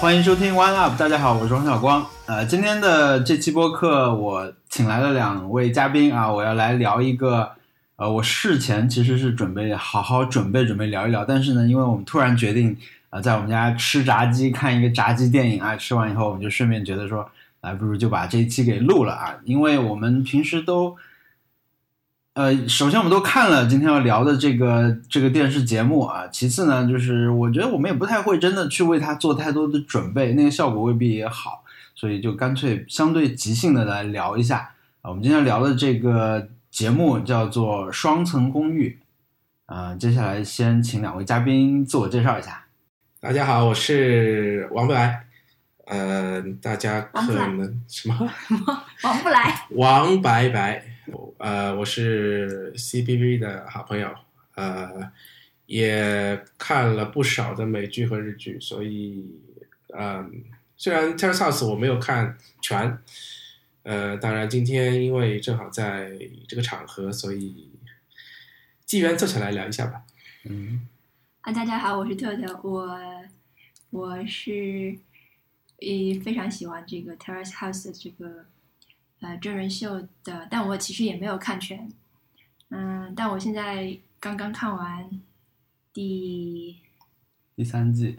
欢迎收听 One Up，大家好，我是王小光。呃，今天的这期播客我请来了两位嘉宾啊，我要来聊一个，呃，我事前其实是准备好好准备准备聊一聊，但是呢，因为我们突然决定啊、呃在我们家吃炸鸡，看一个炸鸡电影啊，吃完以后我们就顺便觉得说，哎、不如就把这一期给录了啊，因为我们平时都。呃，首先我们都看了今天要聊的这个这个电视节目啊，其次呢，就是我觉得我们也不太会真的去为它做太多的准备，那个效果未必也好，所以就干脆相对即兴的来聊一下啊。我们今天聊的这个节目叫做《双层公寓》，啊，接下来先请两位嘉宾自我介绍一下。大家好，我是王不来。呃，大家王可不来能什么王哦不来，王白白，呃，我是 CBV 的好朋友，呃，也看了不少的美剧和日剧，所以，嗯、虽然 Terrace House 我没有看全，呃，当然今天因为正好在这个场合，所以机缘凑巧来聊一下吧。嗯，啊，大家好，我是特特，我我是呃非常喜欢这个 Terrace House 的这个呃真人秀的，但我其实也没有看全，嗯，但我现在刚刚看完第第三季，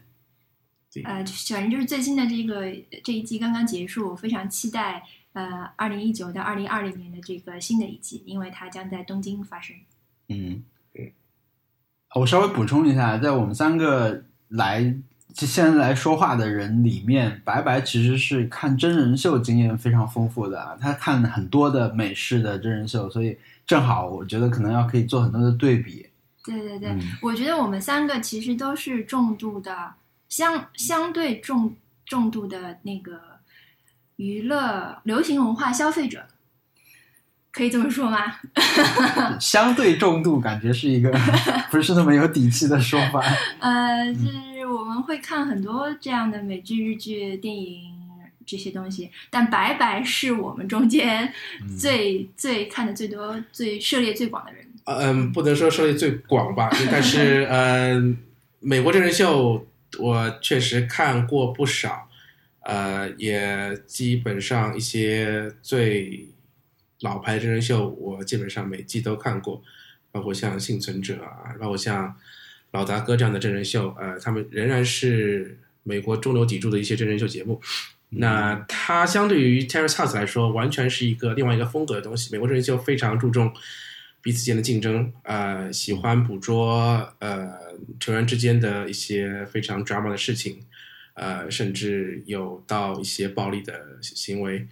呃，就是反正就是最新的这个这一季刚刚结束，我非常期待呃二零一九到二零二零年的这个新的一季，因为它将在东京发生。嗯，我稍微补充一下，在我们三个来就现在来说话的人里面，白白其实是看真人秀经验非常丰富的啊，他看很多的美式的真人秀，所以正好我觉得可能要可以做很多的对比。对对对，嗯我觉得我们三个其实都是重度的，相相对重重度的那个娱乐流行文化消费者，可以这么说吗？相对重度感觉是一个 不是那么有底气的说法。呃，就是我们会看很多这样的美剧、日剧、电影这些东西，但白白是我们中间嗯最、最看的最多、最涉猎最广的人。嗯，不能说涉猎最广吧，但是嗯，美国真人秀我确实看过不少，呃，也基本上一些最老牌真人秀，我基本上每季都看过，包括像《幸存者》啊，包括像老达哥这样的真人秀，呃，他们仍然是美国中流砥柱的一些真人秀节目。那它相对于 Terrace House 来说，完全是一个另外一个风格的东西。美国真人秀非常注重彼此间的竞争，呃，喜欢捕捉呃成员之间的一些非常 drama 的事情，呃，甚至有到一些暴力的行为。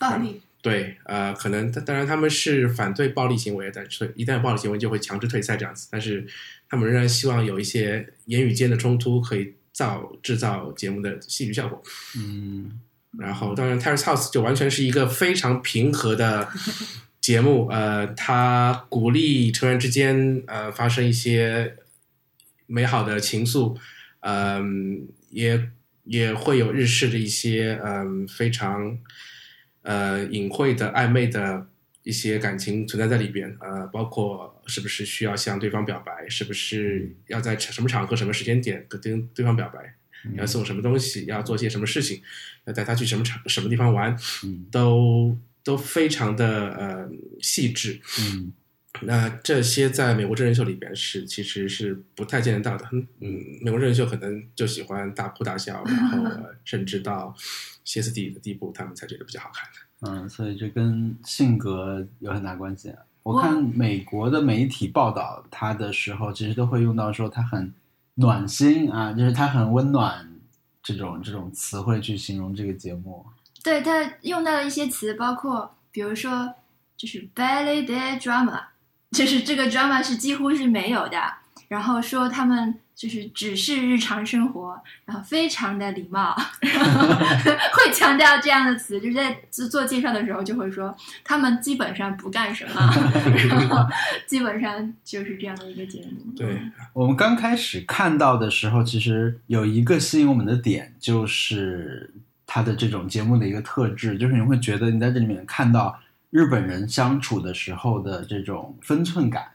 暴力，对，呃，可能当当然他们是反对暴力行为，但是一旦有暴力行为就会强制退赛这样子。但是他们仍然希望有一些言语间的冲突可以造制造节目的戏剧效果。嗯，然后，当然，Terrace House 就完全是一个非常平和的节目。呃，它鼓励成员之间呃发生一些美好的情愫，嗯、也也会有日式的一些嗯、非常呃隐晦的暧昧的一些感情存在在里边。呃，包括是不是需要向对方表白，是不是要在什么场合、什么时间点跟对方表白，要送什么东西，要做些什么事情。要带他去什么场什么地方玩，嗯都都非常的呃细致。嗯那这些在美国真人秀里边是其实是不太见得到的。嗯，美国真人秀可能就喜欢大哭大笑，然后、呃、甚至到歇斯底里的地步，他们才觉得比较好看。嗯，所以这跟性格有很大关系啊。我哇看美国的媒体报道他的时候，其实都会用到说他很暖心啊，就是他很温暖这种这种词汇去形容这个节目。对他用到了一些词，包括比如说就是 ballet day drama，就是这个 drama 是几乎是没有的。然后说他们就是只是日常生活，然后非常的礼貌， 然后会强调这样的词，就是在做做介绍的时候就会说他们基本上不干什么， 然后基本上就是这样的一个节目。对，我们刚开始看到的时候，其实有一个吸引我们的点，就是它的这种节目的一个特质，就是你会觉得你在这里面看到日本人相处的时候的这种分寸感。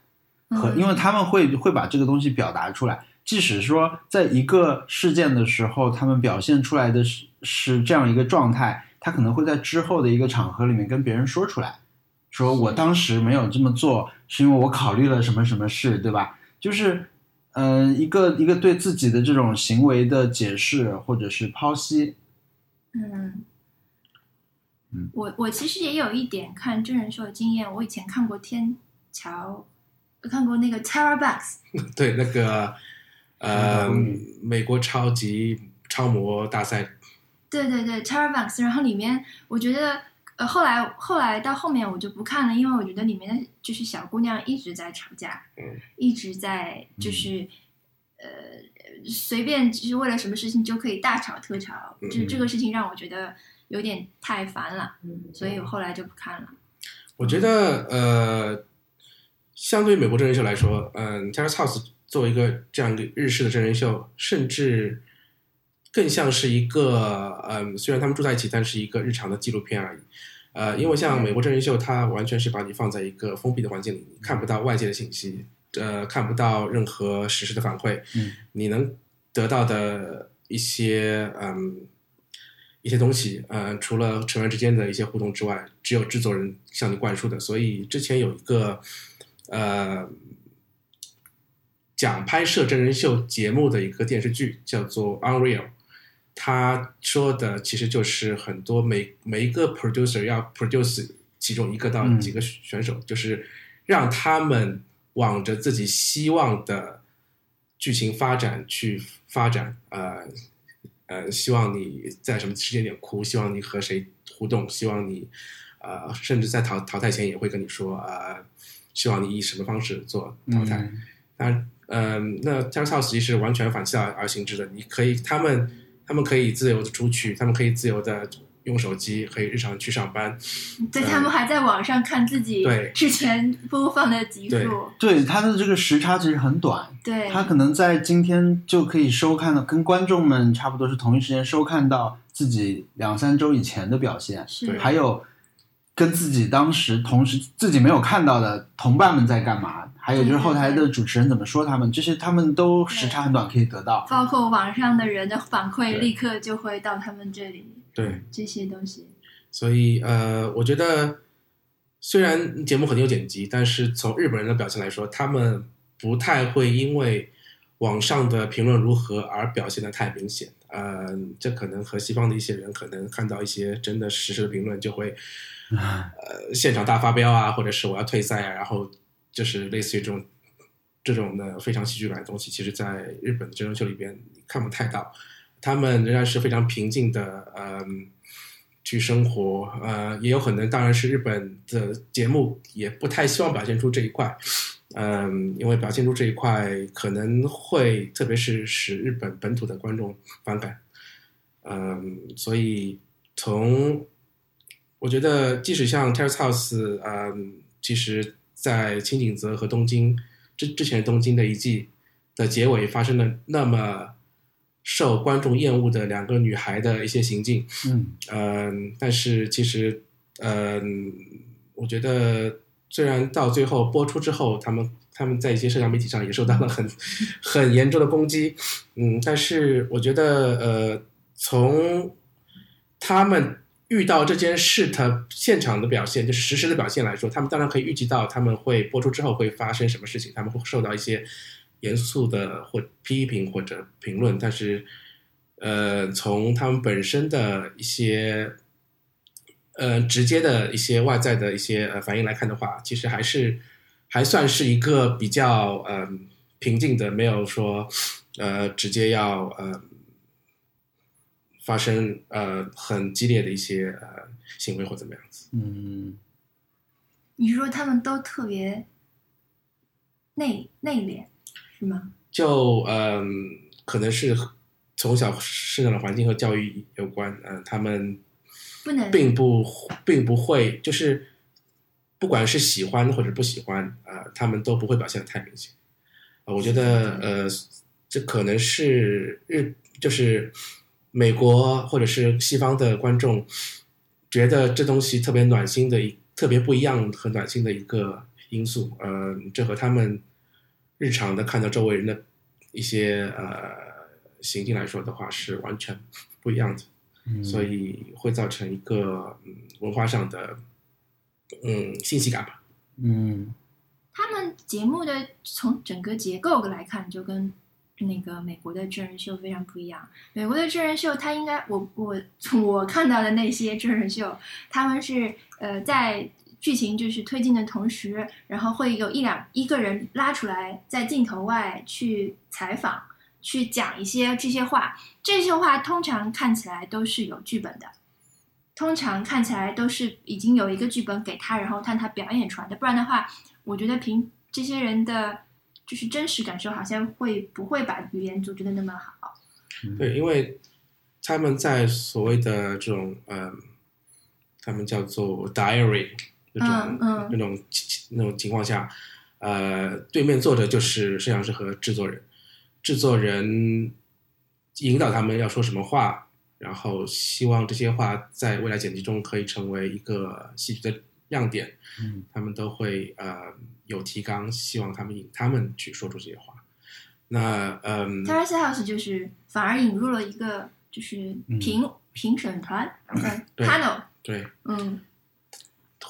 和嗯因为他们会会把这个东西表达出来。即使说在一个事件的时候，他们表现出来的是是这样一个状态，他可能会在之后的一个场合里面跟别人说出来，说我当时没有这么做，是因为我考虑了什么什么事，对吧？就是，嗯、一个一个对自己的这种行为的解释或者是剖析，嗯嗯，我我其实也有一点看真人秀的经验，我以前看过天桥，看过那个 Tara Bucks，对那个呃嗯嗯美国超级超模大赛，对对对 Tara Bucks，然后里面我觉得。呃，后来后来到后面我就不看了，因为我觉得里面的就是小姑娘一直在吵架，嗯一直在就是、呃随便就是为了什么事情就可以大吵特吵，嗯嗯就是这个事情让我觉得有点太烦了，所以我后来就不看了。我觉得呃，相对于美国真人秀来说，嗯、t e r r a c e House 作为一个这样一个日式的真人秀，甚至更像是一个嗯、虽然他们住在一起，但是一个日常的纪录片而已。呃，因为像美国真人秀，它完全是把你放在一个封闭的环境里，你看不到外界的信息，呃，看不到任何实时的反馈，嗯你能得到的一些嗯一些东西，呃，除了成员之间的一些互动之外，只有制作人向你灌输的。所以之前有一个呃讲拍摄真人秀节目的一个电视剧，叫做《Unreal》。他说的其实就是很多每每一个 producer 要 produce 其中一个到嗯几个选手，就是让他们往着自己希望的剧情发展去发展，呃呃，希望你在什么时间点哭，希望你和谁互动，希望你呃，甚至在淘淘汰前也会跟你说，呃，希望你以什么方式做淘汰。嗯当然，嗯，那 t e r r a c e House 其实完全反向而行之的，你可以，他们他们可以自由的出去，他们可以自由的用手机，可以日常去上班，嗯对呃他们还在网上看自己对之前播放的集对数，对它的这个时差其实很短，对，他可能在今天就可以收看到，跟观众们差不多是同一时间收看到自己两三周以前的表现，是对还有跟自己当时同时自己没有看到的同伴们在干嘛，还有就是后台的主持人怎么说他们，这些他们都时差很短可以得到。包括网上的人的反馈，对立刻就会到他们这里，对，这些东西。所以呃，我觉得虽然节目很有剪辑，但是从日本人的表现来说，他们不太会因为网上的评论如何而表现的太明显。呃，这可能和西方的一些人可能看到一些真的实时的评论，就会呃现场大发飙啊，或者是我要退赛啊，然后就是类似于这种这种的非常戏剧感的东西，其实在日本的真人秀里边你看不太到。他们仍然是非常平静的，嗯，去生活，呃，也有可能，当然是日本的节目也不太希望表现出这一块，嗯，因为表现出这一块可能会，特别是使日本本土的观众反感，嗯，所以从我觉得，即使像 Terrace House，嗯，其实在青井泽和东京之之前东京的一季的结尾发生了那么受观众厌恶的两个女孩的一些行径，嗯，嗯，但是其实，嗯，我觉得虽然到最后播出之后，他们他们在一些社交媒体上也受到了很 很严重的攻击，嗯，但是我觉得，呃，从他们遇到这件事的现场的表现，就是实时的表现来说，他们当然可以预计到他们会播出之后会发生什么事情，他们会受到一些严肃的或批评或者评论，但是，呃，从他们本身的一些呃直接的一些外在的一些呃反应来看的话，其实还是还算是一个比较嗯、平静的，没有说呃直接要呃发生呃很激烈的一些呃行为或怎么样子。嗯，你是说他们都特别内内敛，是吗？就嗯、可能是从小生长的环境和教育有关，嗯、他们不能并不并不会，就是不管是喜欢或者不喜欢，呃，他们都不会表现的太明显。呃我觉得，呃，这可能是日就是美国或者是西方的观众觉得这东西特别暖心的一特别不一样和暖心的一个因素。呃，这和他们日常的看到周围人的一些呃行径来说的话是完全不一样的，嗯所以会造成一个嗯文化上的嗯信息感吧。嗯他们节目的从整个结构来看，就跟那个美国的真人秀非常不一样。美国的真人秀，它应该我我从我看到的那些真人秀，他们是呃在剧情就是推进的同时，然后会有一两一个人拉出来，在镜头外去采访，去讲一些这些话。这些话通常看起来都是有剧本的。通常看起来都是已经有一个剧本给他，然后看他表演出来的，不然的话，我觉得凭这些人的就是真实感受，好像会不会把语言组织的那么好？对，因为他们在所谓的这种嗯，他们叫做 diary 这种、嗯嗯那种那种情况下，呃，对面坐着就是摄像师和制作人，制作人引导他们要说什么话，然后希望这些话在未来剪辑中可以成为一个戏剧的亮点，嗯他们都会呃有提纲，希望他们引他们去说出这些话。那嗯， Terrace House 就是反而引入了一个就是评、评 审团嗯对 panel，对，嗯，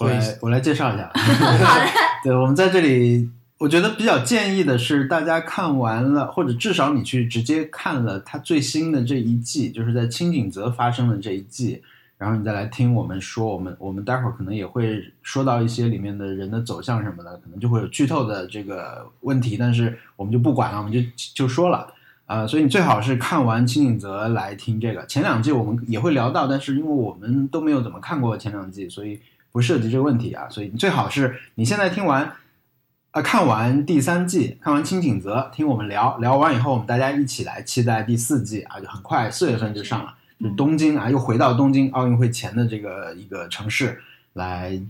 我会来我来介绍一下，好的， 对，我们在这里，我觉得比较建议的是，大家看完了，或者至少你去直接看了它最新的这一季，就是在青井泽发生的这一季，然后你再来听我们说，我们我们待会儿可能也会说到一些里面的人的走向什么的，可能就会有剧透的这个问题，但是我们就不管了，我们就就说了。呃，所以你最好是看完清景泽来听这个。前两季我们也会聊到，但是因为我们都没有怎么看过前两季，所以不涉及这个问题啊。所以你最好是你现在听完，啊、看完第三季，看完清景泽，听我们聊聊完以后，我们大家一起来期待第四季啊，就很快四月份就上了，就嗯东京啊，又回到东京奥运会前的这个一个城市来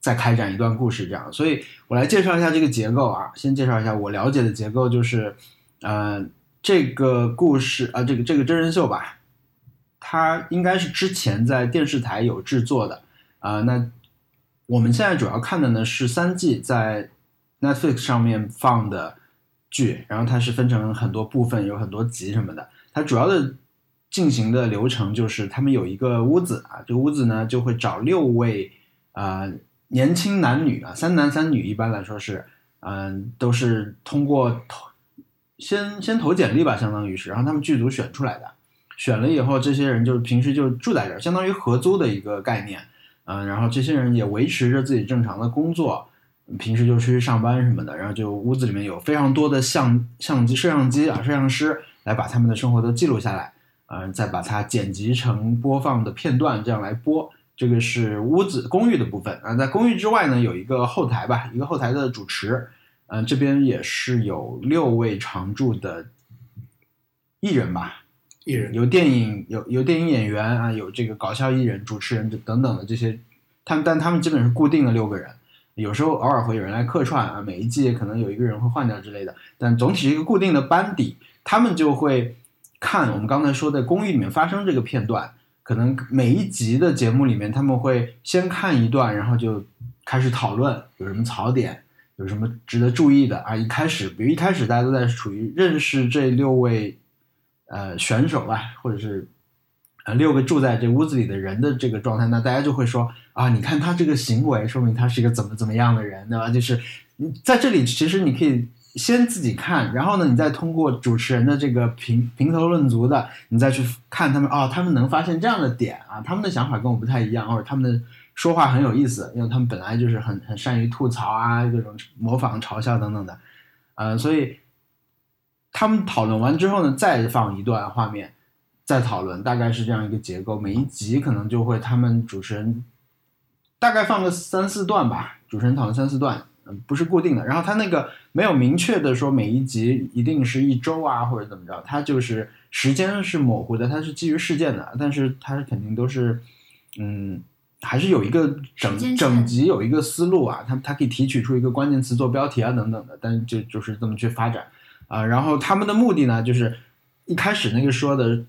再开展一段故事这样。所以我来介绍一下这个结构啊，先介绍一下我了解的结构就是，呃，这个故事啊、呃这个这个真人秀吧，它应该是之前在电视台有制作的啊、呃那我们现在主要看的呢是三季在 Netflix 上面放的剧，然后它是分成很多部分，有很多集什么的。它主要的进行的流程就是，他们有一个屋子啊，这个屋子呢就会找六位呃年轻男女啊，三男三女，一般来说是，嗯、都是通过投先先投简历吧，相当于是，然后他们剧组选出来的，选了以后，这些人就是平时就住在这儿，相当于合租的一个概念，嗯、然后这些人也维持着自己正常的工作，平时就出去上班什么的，然后就屋子里面有非常多的相相机、摄像机啊，摄像师来把他们的生活都记录下来，嗯、再把它剪辑成播放的片段，这样来播。这个是屋子公寓的部分啊，在公寓之外呢，有一个后台吧，一个后台的主持，嗯、这边也是有六位常驻的艺人吧，艺人有电影有有电影演员啊，有这个搞笑艺人、主持人等等的这些，他们但他们基本是固定的六个人，有时候偶尔会有人来客串啊，每一季可能有一个人会换掉之类的，但总体是一个固定的班底，他们就会看我们刚才说的公寓里面发生这个片段，可能每一集的节目里面他们会先看一段，然后就开始讨论有什么槽点，有什么值得注意的啊？一开始，比如一开始大家都在处于认识这六位呃选手吧，或者是呃六个住在这屋子里的人的这个状态，那大家就会说啊，你看他这个行为，说明他是一个怎么怎么样的人，对吧？就是你在这里，其实你可以先自己看，然后呢，你再通过主持人的这个评评头论足的，你再去看他们哦，他们能发现这样的点啊，他们的想法跟我不太一样，或者他们的说话很有意思，因为他们本来就是很很善于吐槽啊，各种模仿、嘲笑等等的，呃，所以他们讨论完之后呢，再放一段画面，再讨论，大概是这样一个结构。每一集可能就会他们主持人大概放个三四段吧，主持人讨论三四段，嗯，不是固定的。然后他那个没有明确的说每一集一定是一周啊，或者怎么着，它就是时间是模糊的，它是基于事件的，但是它肯定都是，嗯，还是有一个整时间线整集有一个思路啊，它它可以提取出一个关键词做标题啊等等的，但就就是这么去发展。啊、然后他们的目的呢，就是一开始那个说的，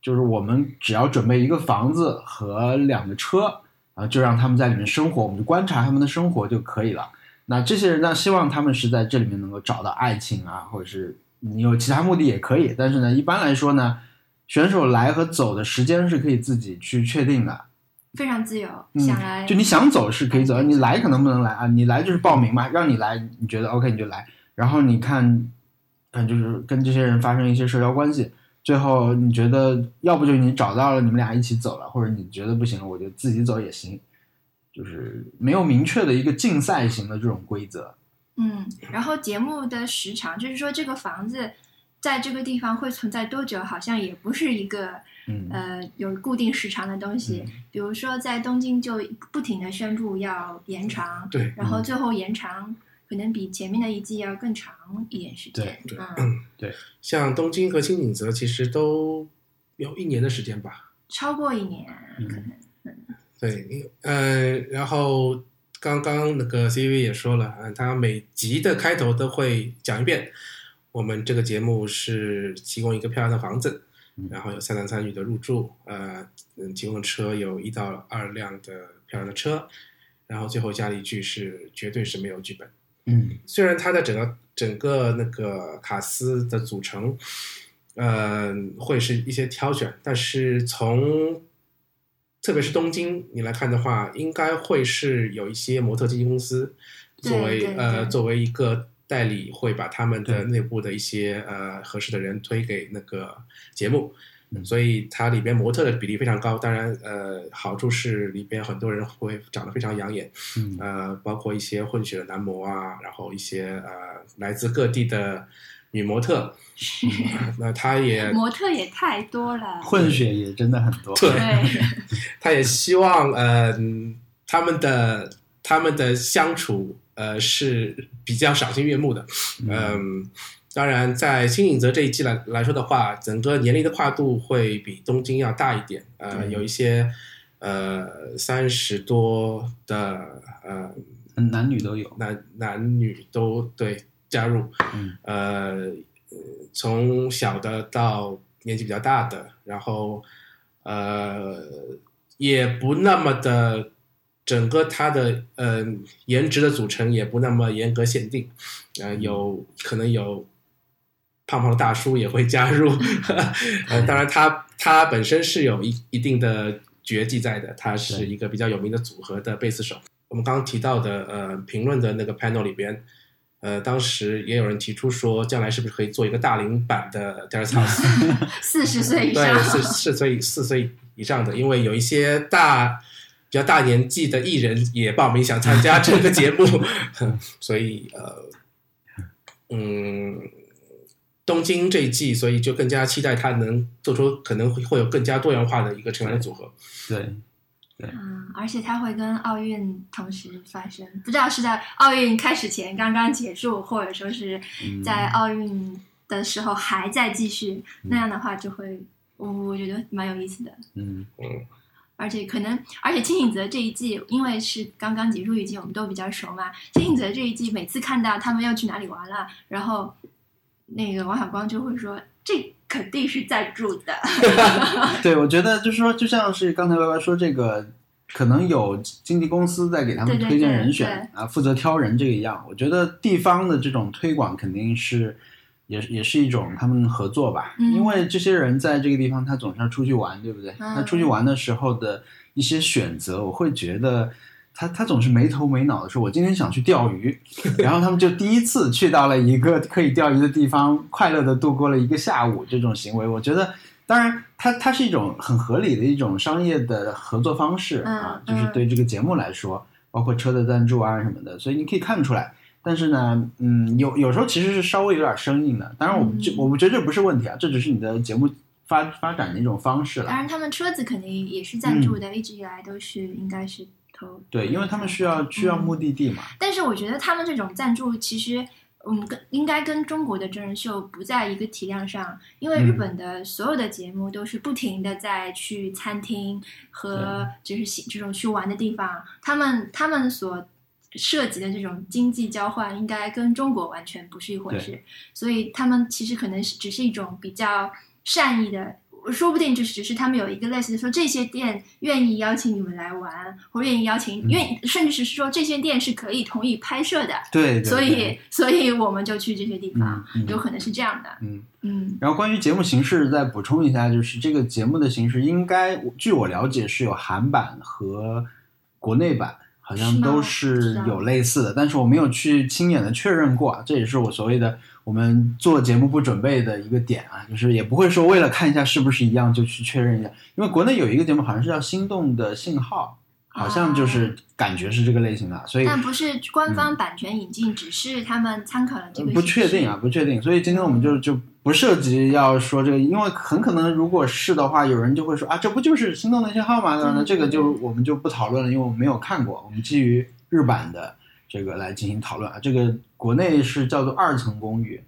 就是我们只要准备一个房子和两个车啊、就让他们在里面生活，我们就观察他们的生活就可以了。那这些人呢，希望他们是在这里面能够找到爱情啊，或者是你有其他目的也可以，但是呢，一般来说呢，选手来和走的时间是可以自己去确定的。非常自由，嗯想来就你想走是可以走，嗯你来可能不能来啊？你来就是报名嘛，让你来，你觉得 OK 你就来，然后你看，看就是跟这些人发生一些社交关系，最后你觉得要不就你找到了你们俩一起走了，或者你觉得不行了，我就自己走也行，就是没有明确的一个竞赛型的这种规则。嗯，然后节目的时长，就是说这个房子在这个地方会存在多久，好像也不是一个嗯，呃有固定时长的东西。嗯比如说在东京就不停的宣布要延长，对，然后嗯最后延长可能比前面的一季要更长一点时间。对对嗯，像东京和青井泽其实都有一年的时间吧。超过一年嗯可能。对，呃，然后刚刚那个 CV 也说了，嗯，他每集的开头都会讲一遍，我们这个节目是提供一个漂亮的房子嗯，然后有三男三女的入住，呃，嗯，提供车有一到二辆的漂亮的车，然后最后加了一句是绝对是没有剧本。嗯虽然它的整个整个那个卡斯的组成，呃，会是一些挑选，但是从特别是东京你来看的话，应该会是有一些模特经纪公司对作为对呃对作为一个代理，会把他们的对内部的一些呃合适的人推给那个节目。嗯所以它里边模特的比例非常高，当然，呃，好处是里边很多人会长得非常养眼，嗯呃，包括一些混血的男模啊，然后一些呃来自各地的女模特， 那她也模特也太多了，混血也真的很多。对， 她也希望呃他们的他们的相处呃是比较赏心悦目的，嗯。当然，在新影泽这一季来来说的话，整个年龄的跨度会比东京要大一点。呃，对有一些呃三十多的呃嗯，男女都有。男男女都对加入，嗯呃，呃从小的到年纪比较大的，然后呃，也不那么的，整个它的呃颜值的组成也不那么严格限定，呃，有可能有胖胖的大叔也会加入， 呃，当然他他本身是有一一定的绝技在的，他是对一个比较有名的组合的贝斯手。我们刚刚提到的呃评论的那个 panel 里边，呃，当时也有人提出说，将来是不是可以做一个大龄版的 Terrace House？ 四十岁以上，对，四四岁四岁以上的，因为有一些大比较大年纪的艺人也报名想参加这个节 目， 所以呃，嗯，东京这一季，所以就更加期待他能做出可能会会有更加多元化的一个成员的组合。对，嗯，而且它会跟奥运同时发生，不知道是在奥运开始前刚刚结束，或者说是嗯在奥运的时候还在继续，嗯那样的话就会，我我觉得蛮有意思的。嗯而且可能，而且金影泽这一季，因为是刚刚结束一季，我们都比较熟嘛。金影泽这一季，每次看到他们要去哪里玩了，然后那个王小光就会说：“这肯定是赞助的。 对，我觉得就是说，就像是刚才 Y Y 说这个，可能有经纪公司在给他们对对推荐对人选啊，负责挑人这个一样。我觉得地方的这种推广肯定是，也也是一种他们合作吧，嗯因为这些人在这个地方，他总是要出去玩，对不对？嗯他出去玩的时候的一些选择，我会觉得。他他总是没头没脑的说，我今天想去钓鱼，然后他们就第一次去到了一个可以钓鱼的地方，快乐的度过了一个下午。这种行为，我觉得当然，它它是一种很合理的一种商业的合作方式嗯啊，嗯就是对这个节目来说，包括车的赞助啊什么的，所以你可以看出来。但是呢，嗯，有有时候其实是稍微有点生硬的。当然，我们这嗯我们觉得这不是问题啊，这只是你的节目发发展的一种方式当了。然，他们车子肯定也是赞助的，一直以来都是应该是投对，因为他们需要需要嗯目的地嘛。但是我觉得他们这种赞助其实。嗯，跟应该跟中国的真人秀不在一个体量上，因为日嗯本的所有的节目都是不停的在去餐厅和就是喜这种去玩的地方，他们他们所涉及的这种经济交换，应该跟中国完全不是一回对事，所以他们其实可能是只是一种比较善意的，说不定就是只是他们有一个类似的说，这些店愿意邀请你们来玩，或愿意邀请，嗯愿意甚至是说这些店是可以同意拍摄的，对，对所以对所以我们就去这些地方，嗯嗯有可能是这样的。嗯。嗯，然后关于节目形式，再补充一下，就是这个节目的形式应该，据我了解是有韩版和国内版，好像是吗都知是道有类似的，但是我没有去亲眼的确认过啊，这也是我所谓的我们做节目不准备的一个点啊，就是也不会说为了看一下是不是一样就去确认一下，因为国内有一个节目好像是叫《心动的信号》，好像就是感觉是这个类型的，所以嗯啊但不是官方版权引进，只是他们参考了这个。不确定。啊，不确定。所以今天我们就就不涉及要说这个，因为很可能如果是的话，有人就会说啊，这不就是心动的信号吗？嗯那那这个就我们就不讨论了，因为我们没有看过。我们基于日版的这个来进行讨论啊。这个国内是叫做二层公寓，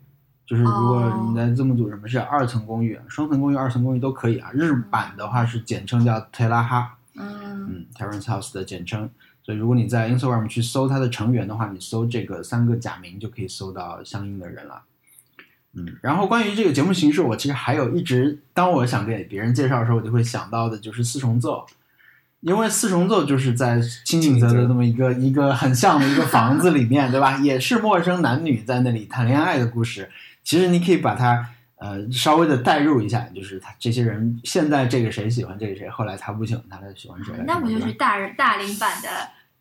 就是如果哦你在字幕组什么是二层公寓、双层公寓、二层公寓都可以啊。日版的话是简称叫特拉哈，嗯，嗯，Terrence House 的简称。所以如果你在 Instagram 去搜它的成员的话，你搜这个三个假名就可以搜到相应的人了。嗯，然后关于这个节目形式，我其实还有一直，当我想给别人介绍的时候，我就会想到的就是四重奏，因为四重奏就是在清景泽的这么一个一个很像的一个房子里面，对吧？也是陌生男女在那里谈恋爱的故事。其实你可以把它呃稍微的代入一下，就是他这些人现在这个谁喜欢这个谁，后来他不喜欢他，他喜欢谁了？那不就对吧是大人大龄版的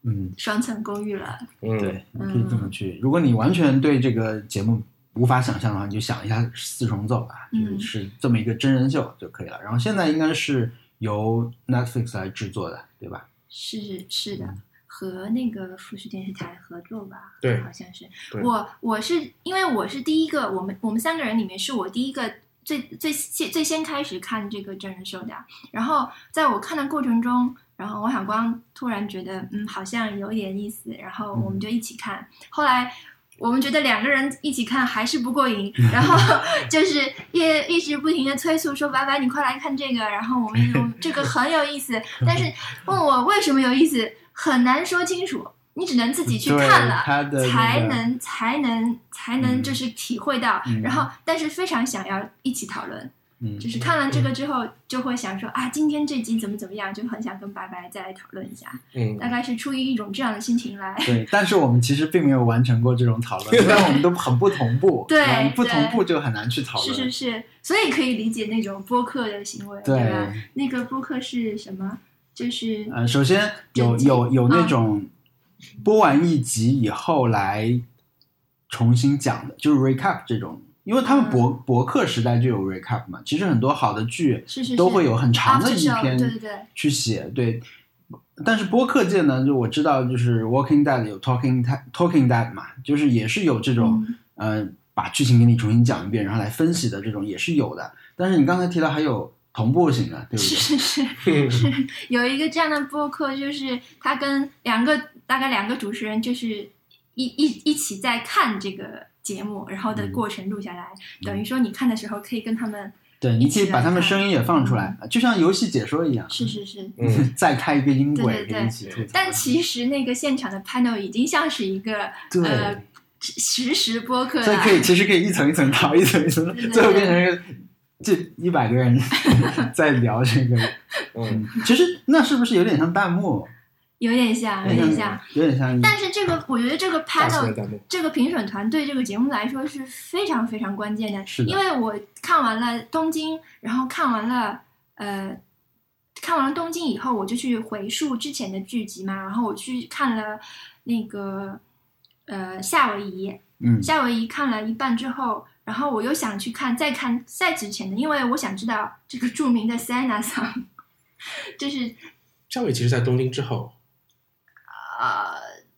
嗯，双层公寓了？嗯，对，你可以这么去。如果你完全对这个节目无法想象的话，你就想一下四重奏啊，嗯就是是这么一个真人秀就可以了。然后现在应该是由 Netflix 来制作的，对吧？是是嗯的，和那个富士电视台合作吧？对好像是对我我是因为我是第一个，我们我们三个人里面是我第一个最最先最先开始看这个真人秀的。然后在我看的过程中，然后王小光突然觉得嗯好像有点意思，然后嗯我们就一起看。后来我们觉得两个人一起看还是不 过瘾，然后 就是一一直不停的催促说：“白白，你快来看这个。”然后我们一直我们这个很有意思，但是问我为什么有意思，很难说清楚，你只能自己去对看了。他的那个才能才能才能嗯就是体会到，嗯然后但是非常想要一起讨论，嗯就是看完这个之后就会想说啊，今天这集怎么怎么样，就很想跟白白再来讨论一下，嗯，大概是出于一种这样的心情来。对，但是我们其实并没有完成过这种讨 论，因为我们都很不同步，对我们不对同步就很难去讨是论。是是，所以可以理解那种播客的行为，对对吧？那个播客是什么？就是呃，首先有剪辑有有那嗯种播完一集以后来重新讲的，就是 recap 这种，因为他们嗯博博客时代就有 recap 嘛，其实很多好的剧是是是都会有很长的 After 一 show，篇对对对去写，对。但是播客界呢，就我知道，就是 Walking Dead 有 Talking Dead- Talking Dead 嘛，就是也是有这种、嗯呃把剧情给你重新讲一遍，然后来分析的这种也是有的。但是你刚才提到还有同步型的，对不是对？是是。嗯 有一个这样的播客，就是他跟两个大概两个主持人，就是一一一起在看这个节目，然后的嗯过程录下来，嗯等于说你看的时候可以跟他们，对，你一可起以把来他们看嗯声音也放出来，就像游戏解说一样。是是是。嗯，再开一个音对轨对给你一起吐槽。但其实那个现场的 panel 已经像是一个对呃实时播客所以了可，以其实可以一层一层套，一层一层套对对，最后变成一个这一百个人 在聊这个。嗯，嗯，其实那是不是有点像弹幕？有点像，嗯有点像。，有点像。但是这个，我觉得这个大型的 panel 弹幕，这个评审团对这个节目来说是非常非常关键的，是的因为我看完了东京，然后看完了呃，看完了东京以后，我就去回溯之前的剧集嘛，然后我去看了那个呃夏威夷，嗯，夏威夷看了一半之后，然后我又想去看再看再之前的，因为我想知道这个著名的 Sena song，就是夏伟其实在东京之后，呃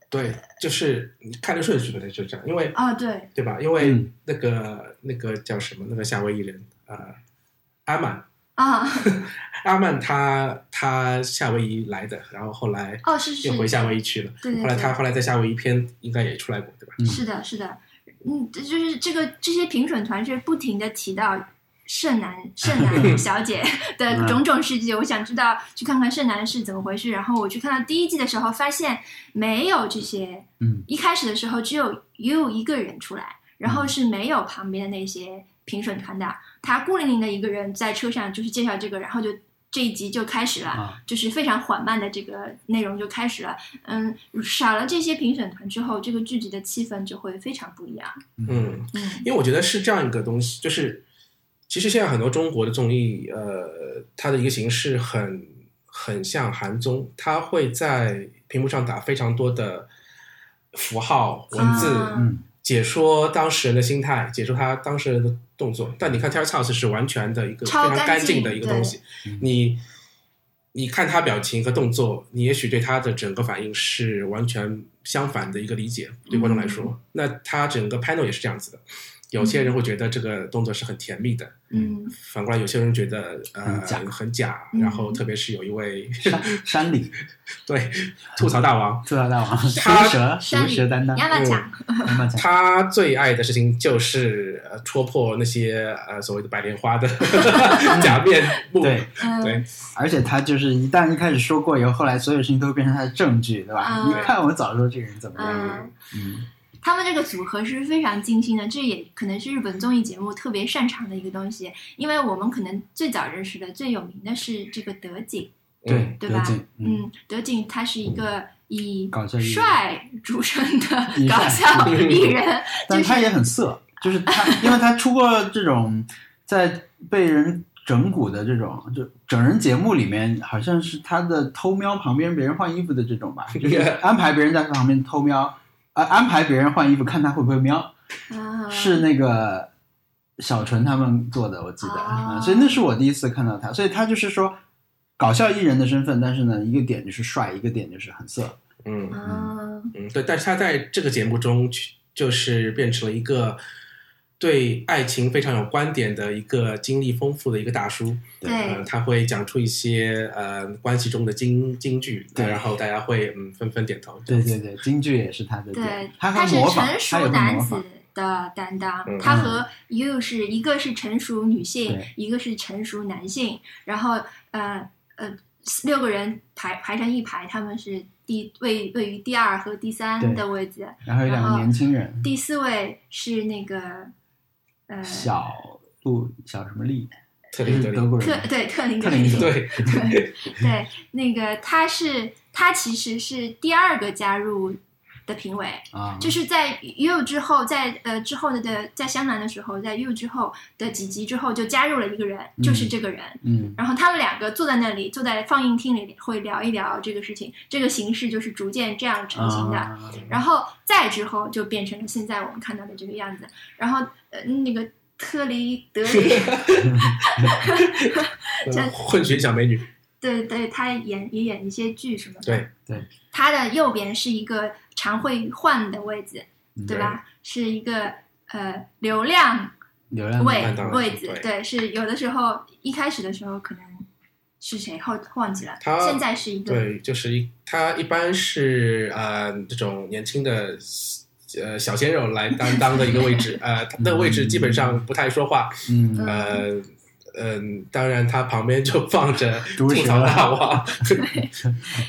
对，就是你看这顺序的，就这样，因为哦对，对吧？因为嗯那个那个叫什么？那个夏威夷人啊，阿曼，啊、阿曼他他夏威夷来的，然后后来哦是是又回夏威夷去了。对对后来他对。后来在夏威夷篇应该也出来过，对吧？嗯是的，是的，嗯，这就是这个这些评审团是不停的提到盛楠盛楠小 姐的嗯种种事迹，我想知道去看看盛楠是怎么回事。然后我去看到第一季的时候，发现没有这些，嗯，嗯一开始的时候只有也有一个人出来，然后是没有旁边的那些评审团的，他孤零零的一个人在车上就是介绍这个，然后就这一集就开始了，啊就是非常缓慢的这个内容就开始了。嗯，少了这些评审团之后，这个剧集的气氛就会非常不一样。嗯，嗯因为我觉得是这样一个东西，就是其实现在很多中国的综艺，呃，它的一个形式很很像韩综，它会在屏幕上打非常多的符号、文字，啊嗯解说当事人的心态，解说他当事人的动作。但你看《Terrace House》是完全的一个非超常干干净净的一个对东西嗯，你你看他表情和动作，你也许对他的整个反应是完全相反的一个理解，对观众来说，嗯那他整个 panel 也是这样子的。有些嗯人会觉得这个动作是很甜蜜的，嗯，反过来有些人觉得呃很假啊很假嗯然后特别是有一位 山山里 对吐槽大王，吐槽大王，毒他蛇山毒里蛇担当，亚马甲，妈妈讲他最爱的事情就是呃戳破那些呃所谓的白 莲花的假面目。对，对嗯，而且他就是一旦一开始说过以后，后来所有事情都变成他的证据，对吧？嗯你看我早说这个人怎么样，嗯嗯他们这个组合是非常精心的，这也可能是日本综艺节目特别擅长的一个东西。因为我们可能最早认识的、最有名的是这个德景，对，对刘吧瑾，嗯，嗯，德景他是一个以搞笑艺人帅著称的 以搞笑帅艺人， 但他也很色，就是他，因为他出过这种在被人整蛊的这种，就整人节目里面，好像是他的偷瞄旁边别人换衣服的这种吧， 就是安排别人在他旁边偷瞄，呃，安排别人换衣服看他会不会瞄，啊，是那个小纯他们做的，我记得，哦啊，所以那是我第一次看到他，所以他就是说。搞笑艺人的身份，但是呢，一个点就是帅，一个点就是很色。嗯啊，嗯，对，但是他在这个节目中去就是变成了一个对爱情非常有观点的一个经历丰富的一个大叔。呃，对，他会讲出一些呃关系中的金金句，对然后大家会嗯纷纷点头。这对样子对对，京剧也是他的对点，，他他会是模仿，成他也熟会男模子仿。的担当，嗯他和又是一个是成熟女性对，一个是成熟男性，然后呃呃六个人排排成一排，他们是第位位于第二和第对三的位置，然后有两然个后年轻人，第四位是那个呃小路小什么利，特就立是德德林，国特人，对特林特格林格对，对对，那个他是他其实是第二个加入的评委，啊，就是在 U 之后，在呃之后的在香南的时候，在 U 之后的几集之后就加入了一个人，嗯就是这个人。嗯，然后他们两个坐在那里，坐在放映厅里会聊一聊这个事情，这个形式就是逐渐这样成型的。啊然后再之后就变成了现在我们看到的这个样子。然后呃那个特里德里，这 混血小美女，嗯 对对，他演也演一些剧什么的。对对，他的右边是一个常会换的位置，嗯对吧？是一个呃流量流量位嗯麦当劳位置，对对，是有的时候一开始的时候可能是谁后忘记了，他现在是一个对，就是一他一般是呃这种年轻的呃小鲜肉来担当的一个位 置，呃，他的位置基本上不太说话，嗯，呃。嗯，当然，他旁边就放着毒吐蛇槽大 王，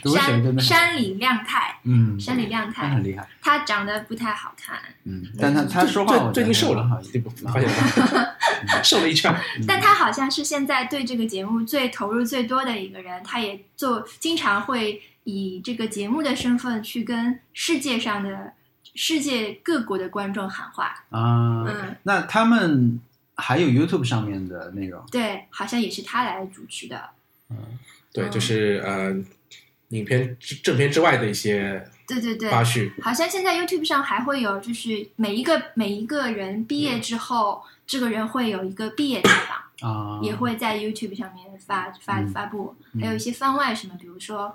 毒蛇真山的很，山里亮太，嗯，山里亮他太很，厉害，他长得不太好看，嗯，但他他说话我觉得最最近瘦很好嗯了，你不蛮好发现了吗？瘦了 一圈儿，嗯但他好像是现在对这个节目最投入最多的一个人，他也做经常会以这个节目的身份去跟世界上的世界各国的观众喊话，啊嗯。那他们还有 YouTube 上面的内容，对，好像也是他来主持的，嗯，对，就是呃，影片之正片之外的一些对对对，花絮，好像现在 YouTube 上还会有，就是每一个每一个人毕嗯业之后，这个人会有一个毕业 采访，啊，也会在 YouTube 上面发发嗯发布，嗯还有一些番外什么，比如说。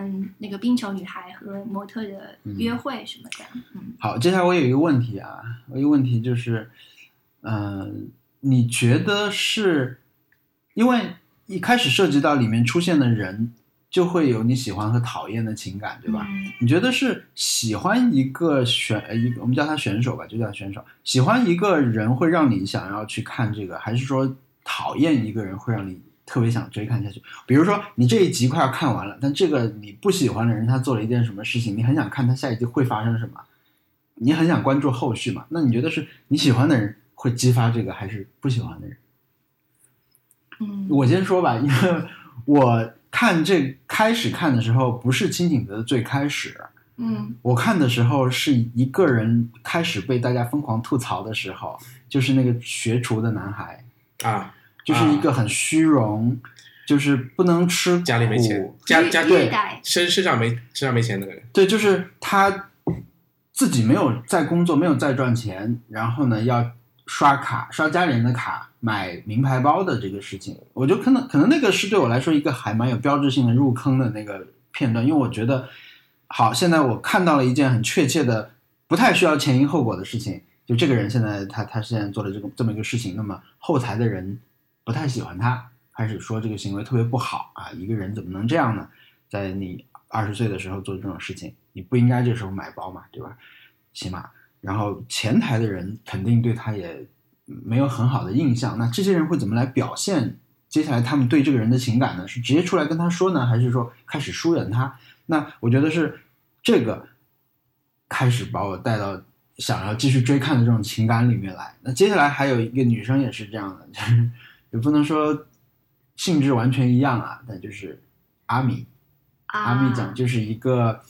嗯，那个冰球女孩和模特的约会什么的，嗯，好，接下来我有一个问题啊，我有一个问题就是，嗯、你觉得是因为一开始涉及到里面出现的人，就会有你喜欢和讨厌的情感，对吧？嗯？你觉得是喜欢一个选呃一个，我们叫他选手吧，就叫选手，喜欢一个人会让你想要去看这个，还是说讨厌一个人会让你特别想追看下去？比如说你这一集快要看完了，但这个你不喜欢的人他做了一件什么事情，你很想看他下一集会发生什么，你很想关注后续嘛？那你觉得是你喜欢的人会激发这个还是不喜欢的人。嗯我先说吧，因为我看这开始看的时候不是清醒的最开始，嗯我看的时候是一个人开始被大家疯狂吐槽的时候，就是那个学厨的男孩，啊，就是一个很虚荣，就是不能吃苦，家里没钱，家绿家绿对带身身上没身上没钱那个人，对，就是他自己没有在工作，没有在赚钱，然后呢要刷卡，刷家里人的卡，买名牌包的这个事情，我觉得可能可能那个是对我来说一个还蛮有标志性的入坑的那个片段，因为我觉得好，现在我看到了一件很确切的，不太需要前因后果的事情，就这个人现在他他现在做了这种这么一个事情，那么后台的人不太喜欢他，开始说这个行为特别不好啊，一个人怎么能这样呢？在你二十岁的时候做这种事情，你不应该这时候买包嘛，对吧？起码，然后前台的人肯定对他也没有很好的印象。那这些人会怎么来表现？接下来他们对这个人的情感呢？是直接出来跟他说呢，还是说开始疏远他？那我觉得是这个开始把我带到想要继续追看的这种情感里面来。那接下来还有一个女生也是这样的，就是也不能说性质完全一样啊，但就是阿米，阿啊米讲就是一个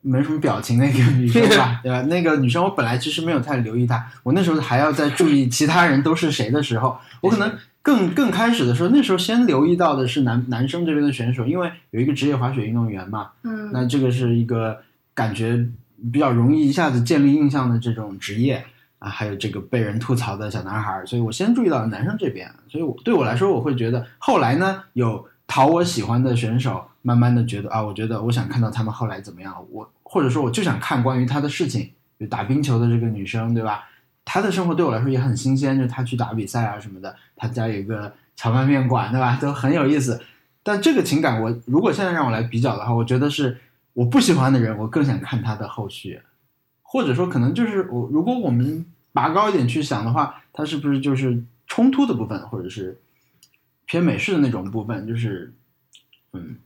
没什么表情的一个女生吧，对吧？那个女生我本来其实没有太留意她，我那时候还要在注意其他人都是谁的时候，我可能更更开始的时候，那时候先留意到的是男男生这边的选手，因为有一个职业滑雪运动员嘛，嗯那这个是一个感觉比较容易一下子建立印象的这种职业啊，还有这个被人吐槽的小男孩儿，所以我先注意到了男生这边，啊所以我对我来说，我会觉得后来呢，有讨我喜欢的选手，慢慢的觉得啊，我觉得我想看到他们后来怎么样，我或者说我就想看关于他的事情，就打冰球的这个女生，对吧？她的生活对我来说也很新鲜，就她去打比赛啊什么的，她家有一个荞麦面馆，对吧？都很有意思。但这个情感我，如果现在让我来比较的话，我觉得是我不喜欢的人，我更想看他的后续，或者说可能就是我，如果我们拔高一点去想的话，它是不是就是冲突的部分，或者是偏美式的那种部分，就是嗯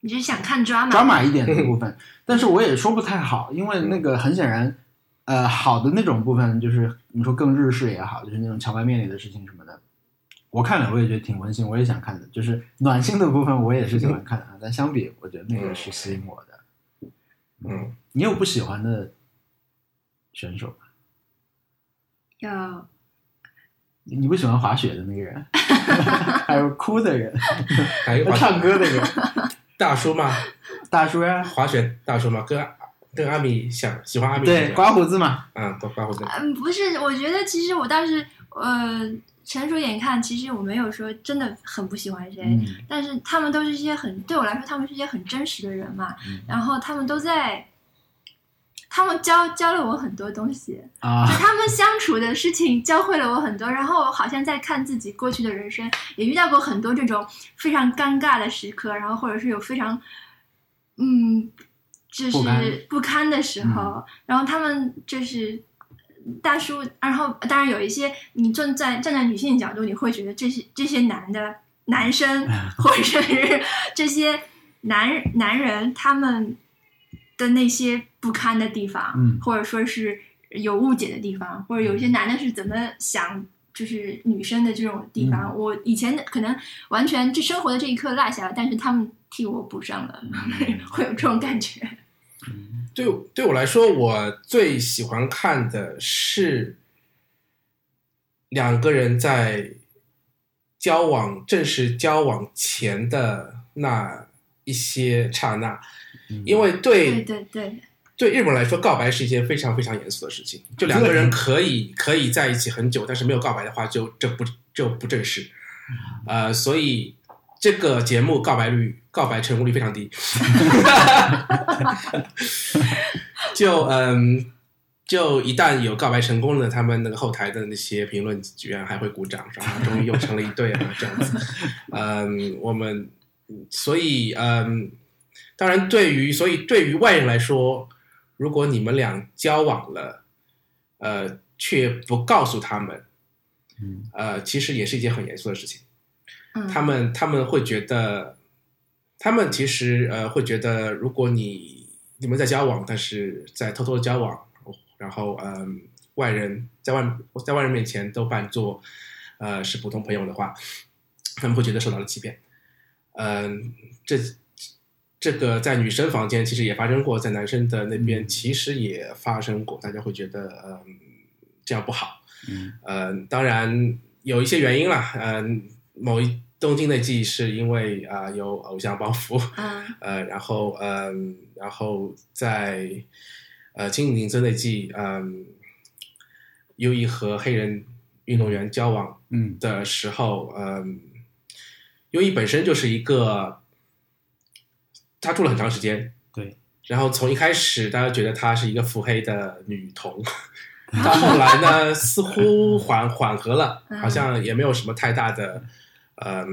你是想看抓马？抓马一点的部分。但是我也说不太好，因为那个很显然，呃，好的那种部分就是你说更日式也好，就是那种荞麦面里的事情什么的，我看了我也觉得挺温馨，我也想看的。就是暖心的部分我也是喜欢看的啊，但相比我觉得那个是吸引我的。嗯，你有不喜欢的选手吗？有你你不喜欢滑雪的那个人， 还有哭的人，还有滑唱歌的人，大叔嘛，大叔啊呀、滑雪大叔嘛，跟跟阿米想喜欢阿米对，刮刮胡子嘛，嗯，都刮胡子，嗯，不是，我觉得其实我当时呃，成熟点看，其实我没有说真的很不喜欢谁，嗯，但是他们都是一些很对我来说，他们是一些很真实的人嘛。嗯然后他们都在，他们教教了我很多东西，啊，他们相处的事情教会了我很多。然后我好像在看自己过去的人生，也遇到过很多这种非常尴尬的时刻，然后或者是有非常嗯，就不堪嗯是不堪的时候。然后他们就是。大叔，然后当然有一些，你站在站在女性角度，你会觉得这些这些男的 男生或者是这些男男人他们的那些不堪的地方，嗯或者说是有误解的地方，或者有一嗯些男的是怎么想就是女生的这种地方，嗯我以前可能完全这生活的这一刻落下了，但是他们替我补上了，嗯 会有这种感觉。对对我来说，我最喜欢看的是两个人在交往正式交往前的那一些刹那，因为对对对对，对日本来说，告白是一件非常非常严肃的事情。就两个人可以可以在一起很久，但是没有告白的话就，这不就不正式。呃，所以这个节目告白率、告白成功率非常低。就嗯，就一旦有告白成功了，他们那个后台的那些评论居然还会鼓掌，说啊，终于又成了一对啊，这样子。嗯，我们所以嗯，当然对于所以对于外人来说，如果你们俩交往了，呃，却不告诉他们，嗯呃，其实也是一件很严肃的事情。嗯，他们他们会觉得，他们其实呃会觉得，如果你你们在交往，但是在偷偷地交往，然后嗯、外人在外在外人面前都扮作呃是普通朋友的话，他们会觉得受到了欺骗。嗯、这这个在女生房间其实也发生过，在男生的那边其实也发生过，大家会觉得嗯、这样不好。嗯呃，当然有一些原因啦，嗯、某一东京那季是因为啊、有偶像包袱，嗯呃，然后嗯、然后在呃金陵村那季，嗯、优衣和黑人运动员交往嗯的时候，嗯，优衣本身就是一个，她住了很长时间，对，然后从一开始大家觉得她是一个腹黑的女 童，到后来呢，似乎缓缓和了，嗯好像也没有什么太大的，嗯，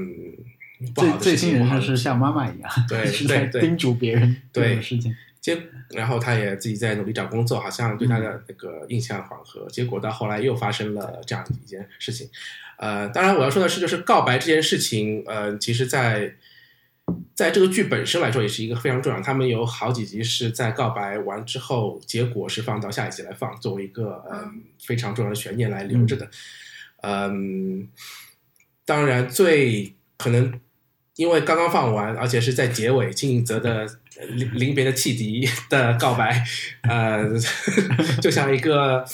不好最的最事新情，不人好就的是像妈妈一样，对是在对对叮嘱别人对啊这种事情。结，然后她也自己在努力找工作，好像对她的那个印象缓和。结果到后来又发生了这样一件事情。呃，当然我要说的是，就是告白这件事情，呃，其实在在这个剧本身来说也是一个非常重要。他们有好几集是在告白完之后，结果是放到下一集来放，作为一个呃嗯非常重要的悬念来留着的。嗯，当然最可能因为刚刚放完，而且是在结尾，金银泽的呃临临别的汽笛的告白，呃， 就像一个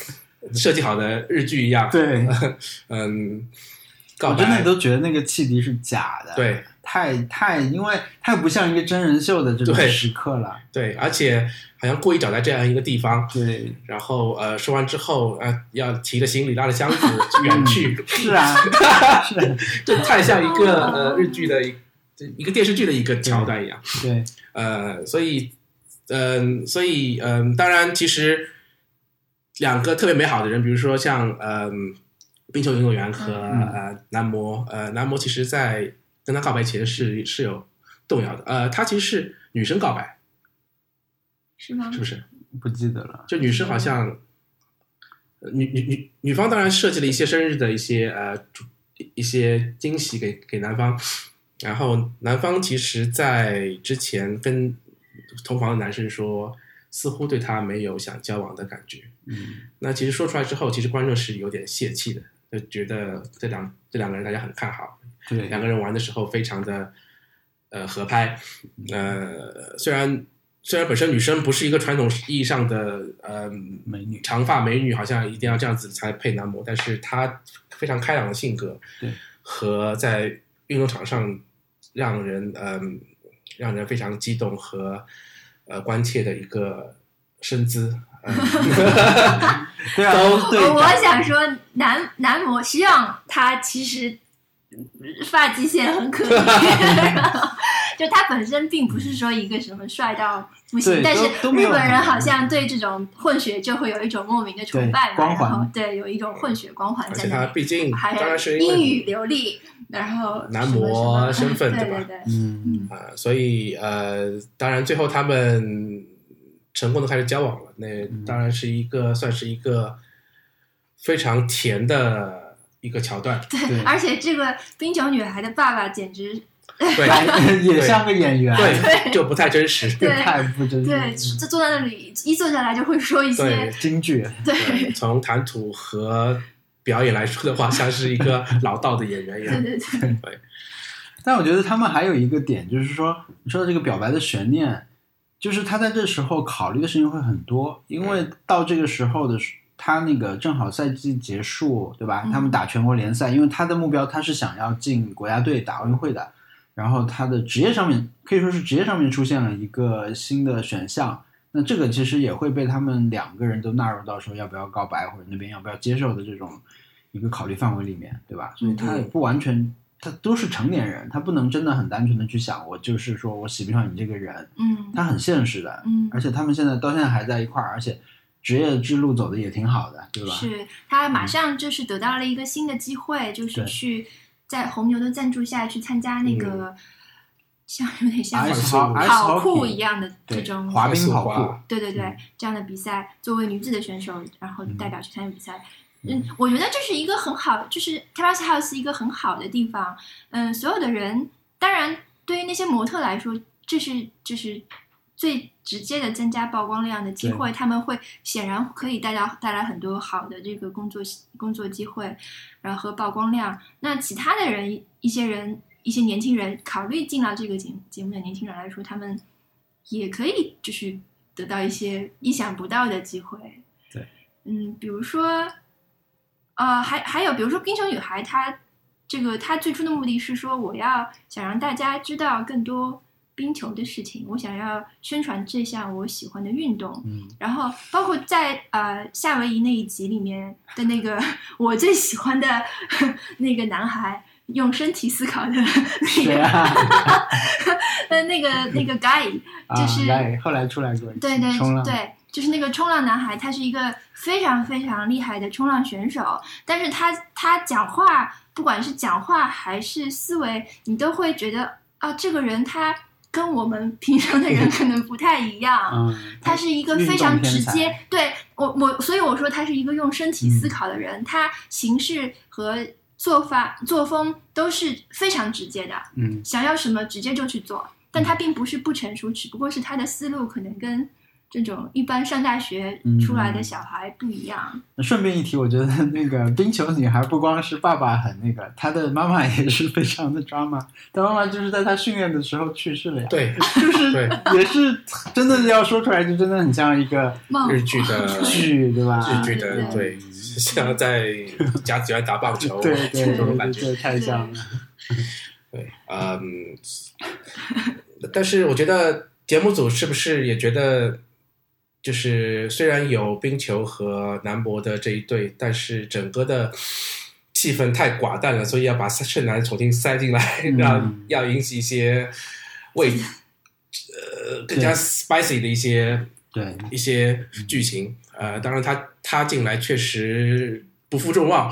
设计好的日剧一样。对，嗯，告我白真的都觉得那个汽笛是假的，，对太太，因为太不像一个真人秀的这种对时刻 了。对，而且好像故意找在这样一个地方，对，然后呃说完之后呃要提着行李拉 着箱子远 去，是啊，是啊，这太像一个哦呃日剧的一一个电视剧的一个桥段一样。对，呃，所以，嗯、所以，嗯、当然，其实两个特别美好的人，比如说像，嗯、冰球运动员和、嗯呃男模，呃，男模其实在跟他告白前是是有动摇的，呃，他其实是女生告白，是吗是？不是？不记得了。就女生好像，呃女女女女方当然设计了一些生日的一些呃主一些惊喜给给男方，然后男方其实在之前跟同房的男生说，似乎对他没有想交往的感觉。嗯，那其实说出来之后，其实观众是有点泄气的，就觉得这两这两个人大家很看好，对，两个人玩的时候非常的呃合拍，呃，虽然虽然本身女生不是一个传统意义上的呃美女长发美女，好像一定要这样子才配男模，但是她非常开朗的性格，对，和在运动场上让人嗯、让人非常激动和呃关切的一个身姿，嗯对啊，都对我我的，想说男男模，实际上他其实嗯发际线很可疑， 就他本身并不是说一个什么帅到不行，对但是都都没日有嗯本人好像对这种混血就会有一种莫名的崇对拜嘛，光环然后对有一种混血光环而在且那她里，毕竟还当然是因英为语流利，然后 男什么什模么身份对对吧对，嗯，啊、所以呃，当然最后他们成功的开始交往了，那当然是一个、算是一个非常甜的一个桥段，对对，而且这个冰球女孩的爸爸简嗯直对 也像个演员，对，就不太真实，对太不真实对，了，嗯就坐在那里一坐下来就会说一些对京剧，对对，从谈吐和表演来说的话，像是一个老道的演员一对样，对对。但我觉得他们还有一个点，就是说，你说的这个表白的悬念，就是他在这时候考虑的事情会很多，因为到这个时候的时他那个正好赛季结束，对吧？嗯他们打全国联赛，因为他的目标他是想要进国家队打奥运会的，然后他的职业上面可以说是职业上面出现了一个新的选项。那这个其实也会被他们两个人都纳入到说要不要告白或者那边要不要接受的这种一个考虑范围里面，对吧？所以他也不完全，他都是成年人，他不能真的很单纯的去想，我就是说我喜不上你这个人，嗯他很现实的，嗯而且他们现在到现在还在一块儿，而且职业之路走的也挺好的，对吧？嗯是他马上就是得到了一个新的机会，就是对去在红牛的赞助下去参加那嗯个、 像有点像 ice 跑 hockey，跑酷一样的这对种，滑冰跑快速滑酷，对对对、嗯这样的比赛，作为女子的选手，然后代表去参与比赛。嗯嗯，我觉得这是一个很好，就是 Terrace House 一个很好的地方。嗯，所有的人，当然对于那些模特来说，这是就是最直接的增加曝光量的机会，他们会显然可以带到带来很多好的这个工作工作机会，然后和曝光量。那其他的人，一些人，一些年轻人考虑进到这个节节目的年轻人来说，他们也可以就是得到一些意想不到的机会。对，嗯，比如说，呃，还还有比如说《冰城女孩》，她这个她最初的目的是说，我要想让大家知道更多。冰球的事情，我想要宣传这项我喜欢的运动。 嗯，然后包括在呃夏威夷那一集里面的那个 我最喜欢的那个男孩，用身体思考的那谁个、啊？ 呃那个那个 guy，就是啊、来后来出来过一次，对对冲浪，对，就是那个冲浪男孩，他是一个非常非常厉害的冲浪选手，但是他他讲话，不管是讲话还是思维，你都会觉得啊，这个人他跟我们平常的人可能不太一样。嗯，他是一个运非动常天直才嗯接，对我我，所以我说他是一个用身体思考的人，他行事和做法作风都是非常直接的。嗯想要什么直接就去做，但他并不是不成熟，只不过是他的思路可能跟这种一般上大学出来的小孩不一样。那顺便一提，我觉得那个冰球女孩不光是爸爸很那个，她的妈妈也是非常的 drama。她妈妈就是在她训练的时候去世了呀，对，就是对 也是真的要说出来，就真的很像一个梦日剧的剧，对吧？日剧的对，像在家喜欢打棒球，对对这对种对感觉。对，太像了。对，嗯，但是我觉得节目组是不是也觉得，就是虽然有冰球和南博的这一对，但是整个的气氛太寡淡了，所以要把剩男重新塞进来，嗯 让要引起一些味，呃，更加 spicy 的一些对，一些剧情。呃，当然他他进来确实不负众望，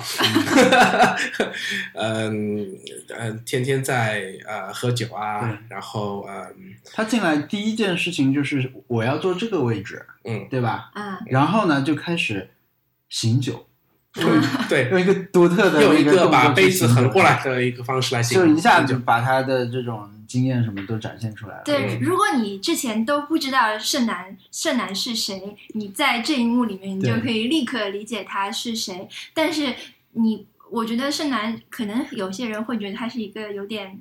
嗯呃，天天在呃喝酒啊对，然后嗯她进来第一件事情就是我要坐这个位置， 嗯，对吧？啊，然后呢，就开始醒酒， 对，用一个独特的又一那动个作把去杯子醒横酒过来的一个方式来形就容，一下就把他的这种经验什么都展现出来了。对，如果你之前都不知道盛男盛男是谁，你在这一幕里面你对就可以立刻理解他是谁。但是你，我觉得盛男可能有些人会觉得他是一个有点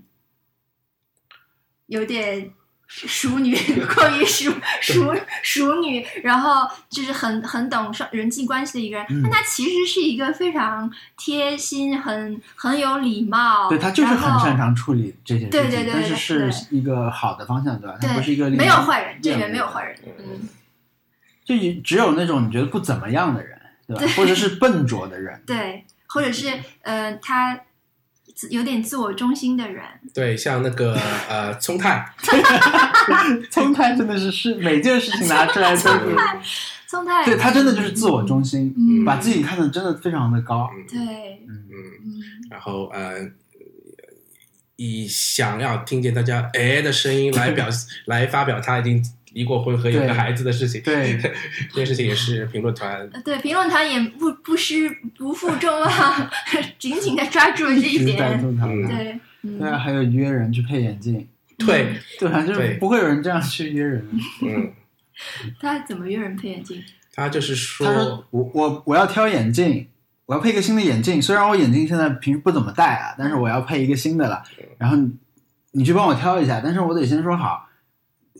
有点熟女， 过于熟熟熟女，然后就是很很懂上人际关系的一个人。嗯但他其实是一个非常贴心、很很有礼貌，对他就是很然后擅长处理这些事情，对对对但对是对是一个好的方向，对吧？他不是一个对，令没有坏人，这里厌恶面没有的坏人，嗯嗯。就你只有那种你觉得不怎么样的人，对吧？对或者是笨拙的人， 对，或者嗯是呃，他自有点自我中心的人，对，像那个呃聪太，聪太真的是是每件事情拿出来都 是，嗯宋太对他真的就是自我中心，嗯把自己看得真的非常的高，嗯对，嗯，嗯。嗯，然后呃，以想要听见大家哎的声音 来表来发表他已经离过婚和有对个孩子的事情。对 这件事情也是评论团呃对，评论团也不不失不负众望， 紧紧的抓住了这一一直在点，吐槽嗯他。对，对啊，嗯，还有约人去配眼镜，对，对吧？就是对不会有人这样去约人的。嗯，他怎么约人配眼镜？他就是他说说，我我我要挑眼镜，我要配个新的眼镜。虽然我眼镜现在平时不怎么戴啊，但是我要配一个新的了。然后你你去帮我挑一下，但是我得先说好，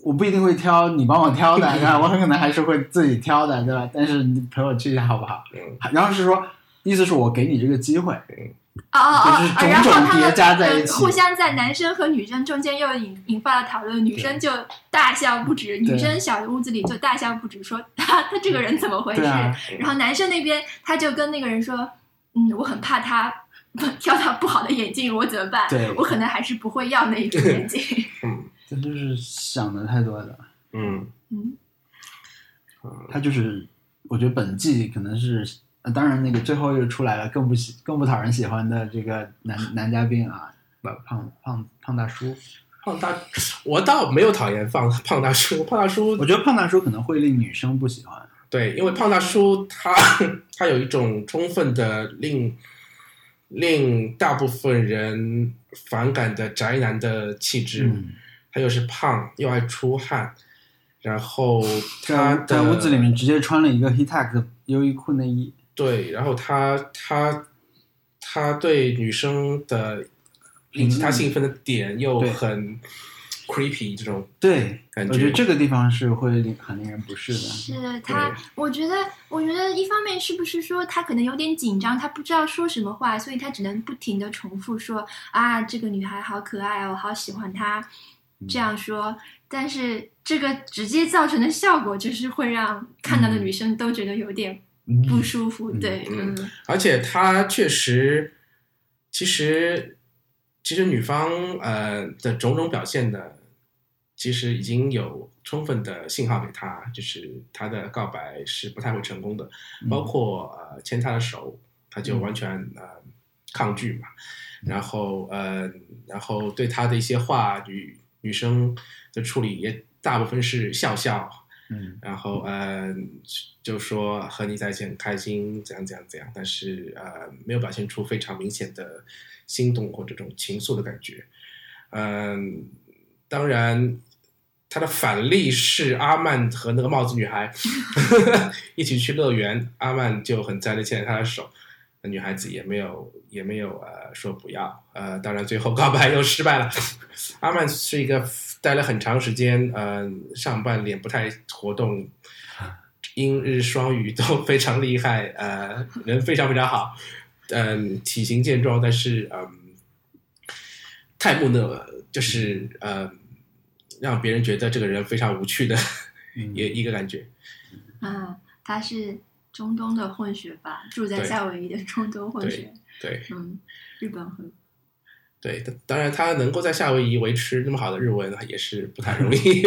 我不一定会挑你帮我挑 的，然后我很可能还是会自己挑的，对吧？但是你陪我去一下好不好？然后是说，意思是我给你这个机会，哦哦就哦是，啊然种后种他们叠加在一呃起互相在男生和女生中间又引引发了讨论，女生就大笑不止，女生小屋子里就大笑不止，说 他他这个人怎么回事？对啊，然后男生那边他就跟那个人说，嗯，我很怕他 挑到不好的眼镜，我怎么办？对我可能还是不会要那一只眼镜。 这就是想的太多了。嗯，嗯，他就是，我觉得本季可能是，呃当然那个最后又出来了更不喜更不讨人喜欢的这个男男嘉宾 啊，嗯胖胖胖胖大叔。胖大，我倒没有讨厌胖胖大叔，胖大叔我觉得胖大叔可能会令女生不喜欢，对，因为胖大叔他他有一种充分的令令大部分人反感的宅男的气质，嗯他又是胖又爱出汗，然后他在的在屋子里面直接穿了一个 Hitak 的优衣库内衣，对，然后他他他对女生的评引论起他兴奋的点又对很 creepy 这种对，感我觉得觉嗯这个地方是会令很令人不适的。是他，我觉得，我觉得一方面是不是说他可能有点紧张，他不知道说什么话，所以他只能不停的重复说啊，这个女孩好可爱哦，我好喜欢她，嗯这样说。但是这个直接造成的效果就是会让看到的女生都觉得有点不舒服，嗯对，嗯嗯，而且他确实，其实其实女方呃的种种表现的，其实已经有充分的信号给他，就是他的告白是不太会成功的，嗯包括呃牵他的手，他就嗯完全呃抗拒嘛，然后呃然后对他的一些话女女生的处理也大部分是笑笑，嗯然后呃，就说和你在一起很开心，怎样怎样怎样，但是呃，没有表现出非常明显的心动或者这种情愫的感觉。嗯、当然，他的反例是阿曼和那个帽子女孩 一起去乐园，阿曼就很栽的牵着她的手，那女孩子也没有也没有呃说不要，呃，当然最后告白又失败了。阿曼是一个待了很长时间，呃，上半脸不太活动，英日双语都非常厉害，呃，人非常非常好，嗯、体型健壮，但是嗯、太木讷，就是呃，让别人觉得这个人非常无趣的嗯 一一个感觉。啊，她是中东的混血吧，住在对夏威夷的中东混血，对嗯，日本混，对，当当然他能够在夏威夷维持那么好的日文也是不太容易。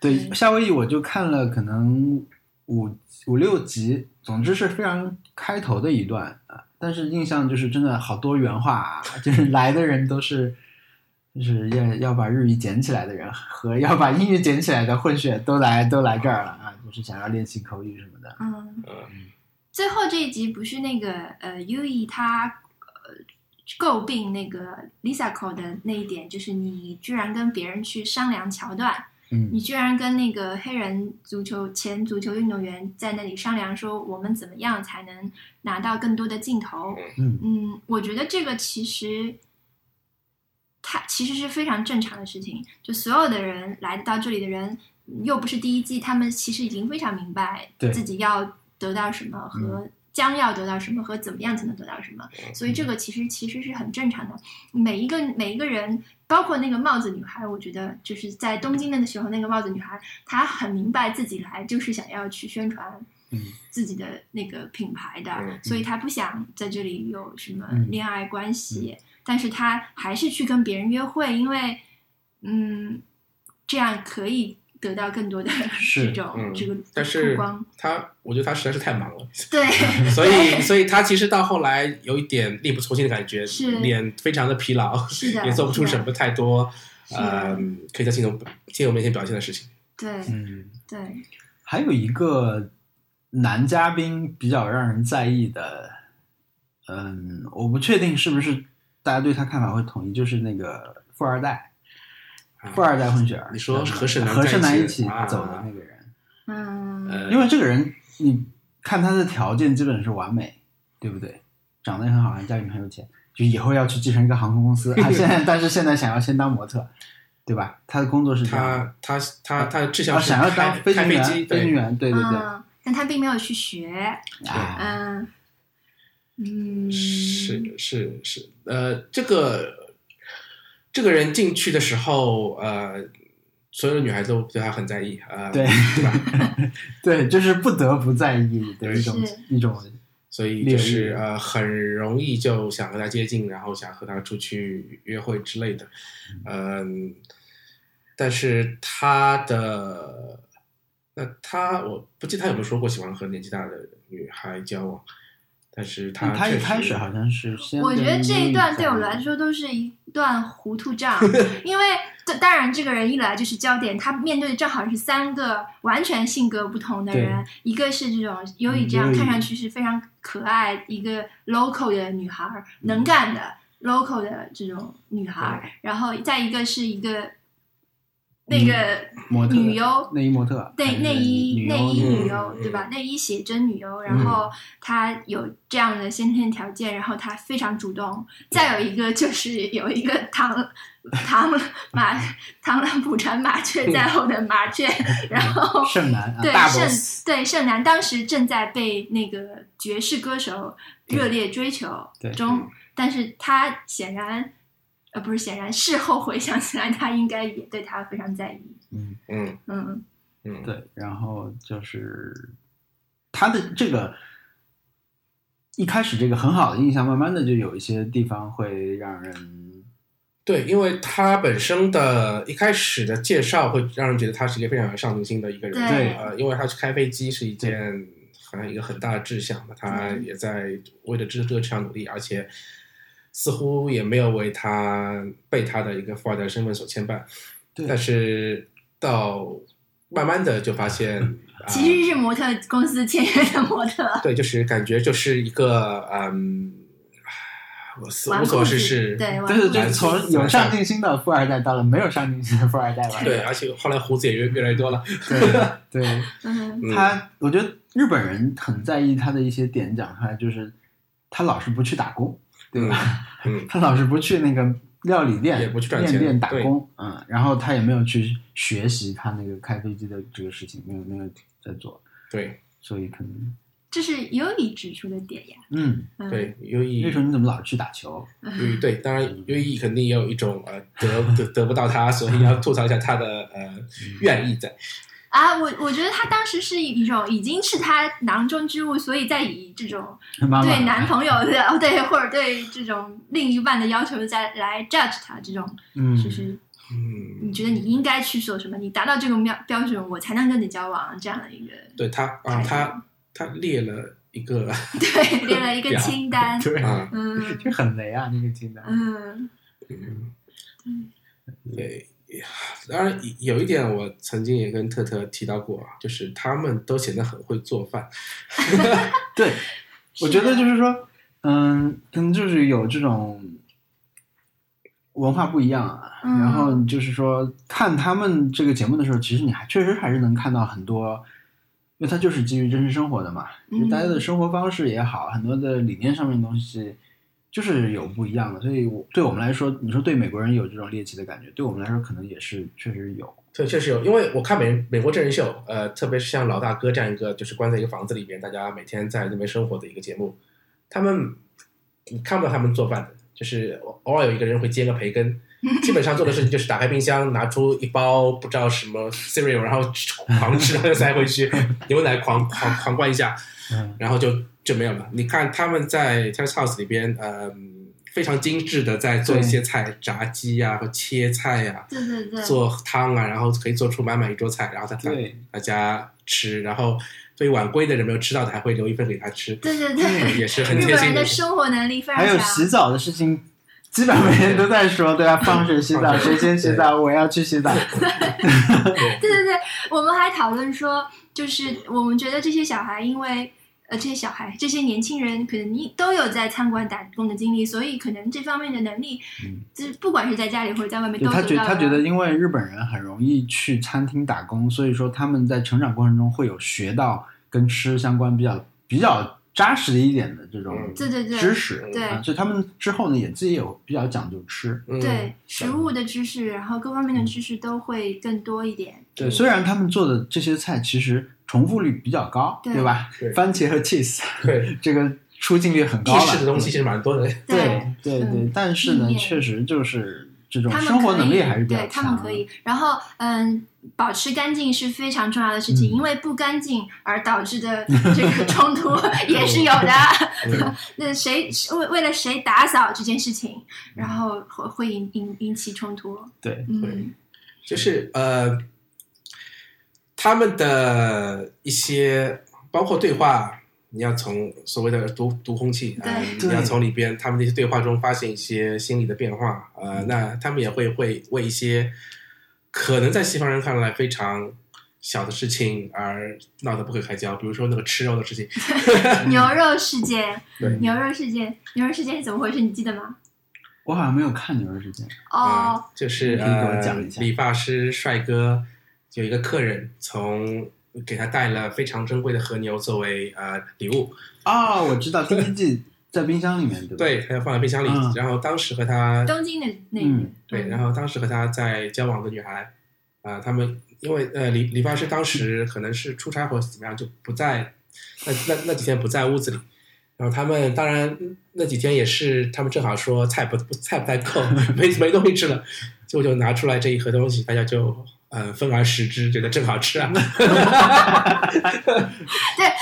对，夏威夷我就看了可能五五六集，总之是非常开头的一段啊，但是印象就是真的好多元化啊， 就是来的人都是。就是要要把日语捡起来的人和要把英语捡起来的混血都来都来这儿了啊！就是想要练习口语什么的。嗯。嗯，最后这一集不是那个呃优 i 他呃诟病那个 Lisa 的那一点，就是你居然跟别人去商量桥段，嗯你居然跟那个黑人足球前足球运动员在那里商量说我们怎么样才能拿到更多的镜头。嗯嗯，我觉得这个其实。它其实是非常正常的事情，就所有的人来到这里的人，又不是第一季，他们其实已经非常明白对嗯自己要得到什么和将要得到什么和怎么样才能得到什么，所以这个其实其实是很正常的。每一个每一个人，包括那个帽子女孩，我觉得就是在东京的时候，那个帽子女孩她很明白自己来就是想要去宣传嗯自己的那个品牌的，嗯所以她不想在这里有什么嗯恋爱关系，嗯但是她还是去跟别人约会，因为嗯，这样可以得到更多的 是这种、嗯这个但是曝光，他我觉得他实在是太忙了。对 所 以，所以他其实到后来有一点力不从心的感觉，是脸非常的疲劳，是的也做不出是的什么太多，是的呃，可以在镜头镜头面前表现的事情。对嗯，对，还有一个男嘉宾比较让人在意的，嗯，我不确定是不是大家对他看法会统一，就是那个富二代，啊富二代混血儿，你说就是和沈南和沈南在一一起起啊走的那个人，嗯，呃，因为这个人，你看他的条件基本是完美，对不对？长得也很好看，家里面很有钱，就以后要去继承一个航空公 司。啊、现在，但是现在想要先当模特，对吧？他的工作是这样的，他他他他的志啊，向是想要当开飞开行飞员，机，飞行 对，员，对对对，嗯，但他并没有去学，啊嗯嗯，是是是，呃，这个这个人进去的时候，呃，所有的女孩都对他很在意，呃，对对吧？ 对，就是不得不在意的一种是一种，所以就是猎物呃，很容易就想和他接近，然后想和他出去约会之类的，嗯，但是他的那他我不记得他有没有说过喜欢和年纪大的女孩交往，但是嗯他他确一实开始好像是先，我觉得这一段对我来，说都是一段糊涂账，因为这当然这个人一来就是焦点，他面对的正好是三个完全性格不同的人，一个是这种尤以这样嗯优以看上去是非常可爱一个 local 的女孩儿，能干的 local 的这种女孩儿，然后再一个是一个那个模特女优内衣模特，内内衣内衣女女优优嗯对吧？内衣写真女优，然嗯后她有这样的先天条件，然后她非常主动。再有一个就是有一个螳螳马螳螂捕蝉，麻雀在后的麻雀，然 后剩男啊对大剩 boss，对盛楠当时正在被那个爵士歌手热烈追求对中，但是他显然呃不是显然，事后回想起来，他应该也对他非常在意。嗯，嗯嗯，嗯，对，然后就是他的这个一开始这个很好的印象，慢慢的就有一些地方会让人对，因为他本身的一开始的介绍会让人觉得他是一个非常有上进心的一个人，对呃，因为他去开飞机是一件好像一个很大的志向，那他对也在为了这这个志向努力，而且似乎也没有为他被他的一个富二代身份所牵绊，对但是到慢慢的就发现，嗯啊其实是模特公司签约的模特，对，就是感觉就是一个嗯，我似纨无所绔事子事，对，对对纨绔对，子从子有上进心的富二代到了没有上进心的富二代吧。对，而且后来胡子也越越来越多了。对对，嗯，嗯他我觉得日本人很在意他的一些点，讲出来就是他老是不去打工，对吧？嗯 他老是不去那个料理店，也不去赚面钱店打对工，嗯，然后他也没有去学习他那个开飞机的这个事情，没有没有在做，，对所以可能，这是优以指出的点呀。嗯，嗯，对，优异那时候嗯你怎么老去打球？优异对，当然优异肯定也有一种呃得得得不到他，所以要吐槽一下他的呃嗯愿意在。啊，我我觉得他当时是一种已经是他囊中之物，所以在以这种妈妈对男朋友的哦对，或者对这种另一半的要求再来 judge 他这种，嗯，就是嗯，你觉得你应该去做什么，你达到这个标标准，我才能跟你交往这样的一个 对他啊，他他列了一个对列了一个清单，对，啊，嗯 就很雷啊，那个清单，嗯嗯嗯对。当然，有一点我曾经也跟特特提到过，啊就是他们都显得很会做饭。对，我是觉得的就是说，嗯，可能就是有这种文化不一样啊。嗯然后就是说，看他们这个节目的时候，其实你还确实还是能看到很多，因为它就是基于真实生活的嘛，嗯就大家的生活方式也好，很多的理念上面的东西。就是有不一样的，所以我对我们来说，你说对美国人有这种猎奇的感觉，对我们来说可能也是确实有，对，确实有，因为我看美美国真人秀，呃，特别是像老大哥这样一个，就是关在一个房子里边，大家每天在那边生活的一个节目，他们你看不到他们做饭的，就是偶偶尔有一个人会煎个培根，基本上做的事情就是打开冰箱，拿出一包不知道什么 cereal，然后吃狂吃，然后塞回去，牛奶狂狂狂灌一下，嗯，然后就就没有了。你看他们在 Terrace House 里边，呃，非常精致的在做一些菜，炸鸡呀、或切菜啊呀、嗯对对对，做汤啊，然后可以做出满满一桌菜，然后大家对大家吃，然后对晚归的人没有吃到的还会留一份给他吃，对对嗯对，也是很日贴本人心的生活能力非常还有洗强，澡的事情，基本上每天都在说，对吧？放水洗澡，放水谁先洗澡？我要去洗澡。对对对，我们还讨论说，就是我们觉得这些小孩因为。呃，这些小孩，这些年轻人，可能你都有在餐馆打工的经历，所以可能这方面的能力，嗯就是不管是在家里或者在外面，对都他得觉到他觉了得，因为日本人很容易去餐厅打工，所以说他们在成长过程中会有学到跟吃相关比较比较扎实一点的这种嗯对对对，知识。对啊所以他们之后呢，也自己有比较讲究吃。嗯，对食物的知识，然后各方面嗯的知识都会更多一点。对，嗯虽然他们做的这些菜其实重复率比较高，对对吧对？番茄和 cheese 对，这个出镜率很高意了。式的东西其实蛮多的，对对嗯对，但是呢，意面确实就是这种他们生活可能以力还是比较对强。他们可以，然后嗯，保持干净是非常重要的事情，嗯因为不干净而导致的这 个冲突也是有的。嗯 那谁为为了谁打扫这件事嗯情，然后会会引引引起冲突。对，嗯对，就是呃，他们的一些包括对话，你要从所谓的读读空气，呃，对你要从里边他们这些对话中发现一些心理的变化，呃，那他们也会会为一些可能在西方人看来非常。小的事情而闹得不可开交，比如说那个吃肉的事情，嗯 牛肉事件，对牛肉事件，牛肉事件是怎么回事？你记得吗？我好像没有看《纽约时间》。哦，啊，就是你可以给我呃讲一下理发师帅哥有一个客人从给他带了非常珍贵的和牛作为呃礼物，啊，我知道第一季在冰箱里面，对吧？对，他要放在冰箱里，嗯然后当时和他东京的那一嗯年，对，然后当时和他在交往的女孩，啊、他们因为呃理理发师当时可能是出差或者怎么样，就不在那那那几天不在屋子里。然后他们当然那几天也是，他们正好说菜不不菜不 太够，没没东西吃了，就就拿出来这一盒东西，大家就呃分而食之，觉得正好吃 啊。 对，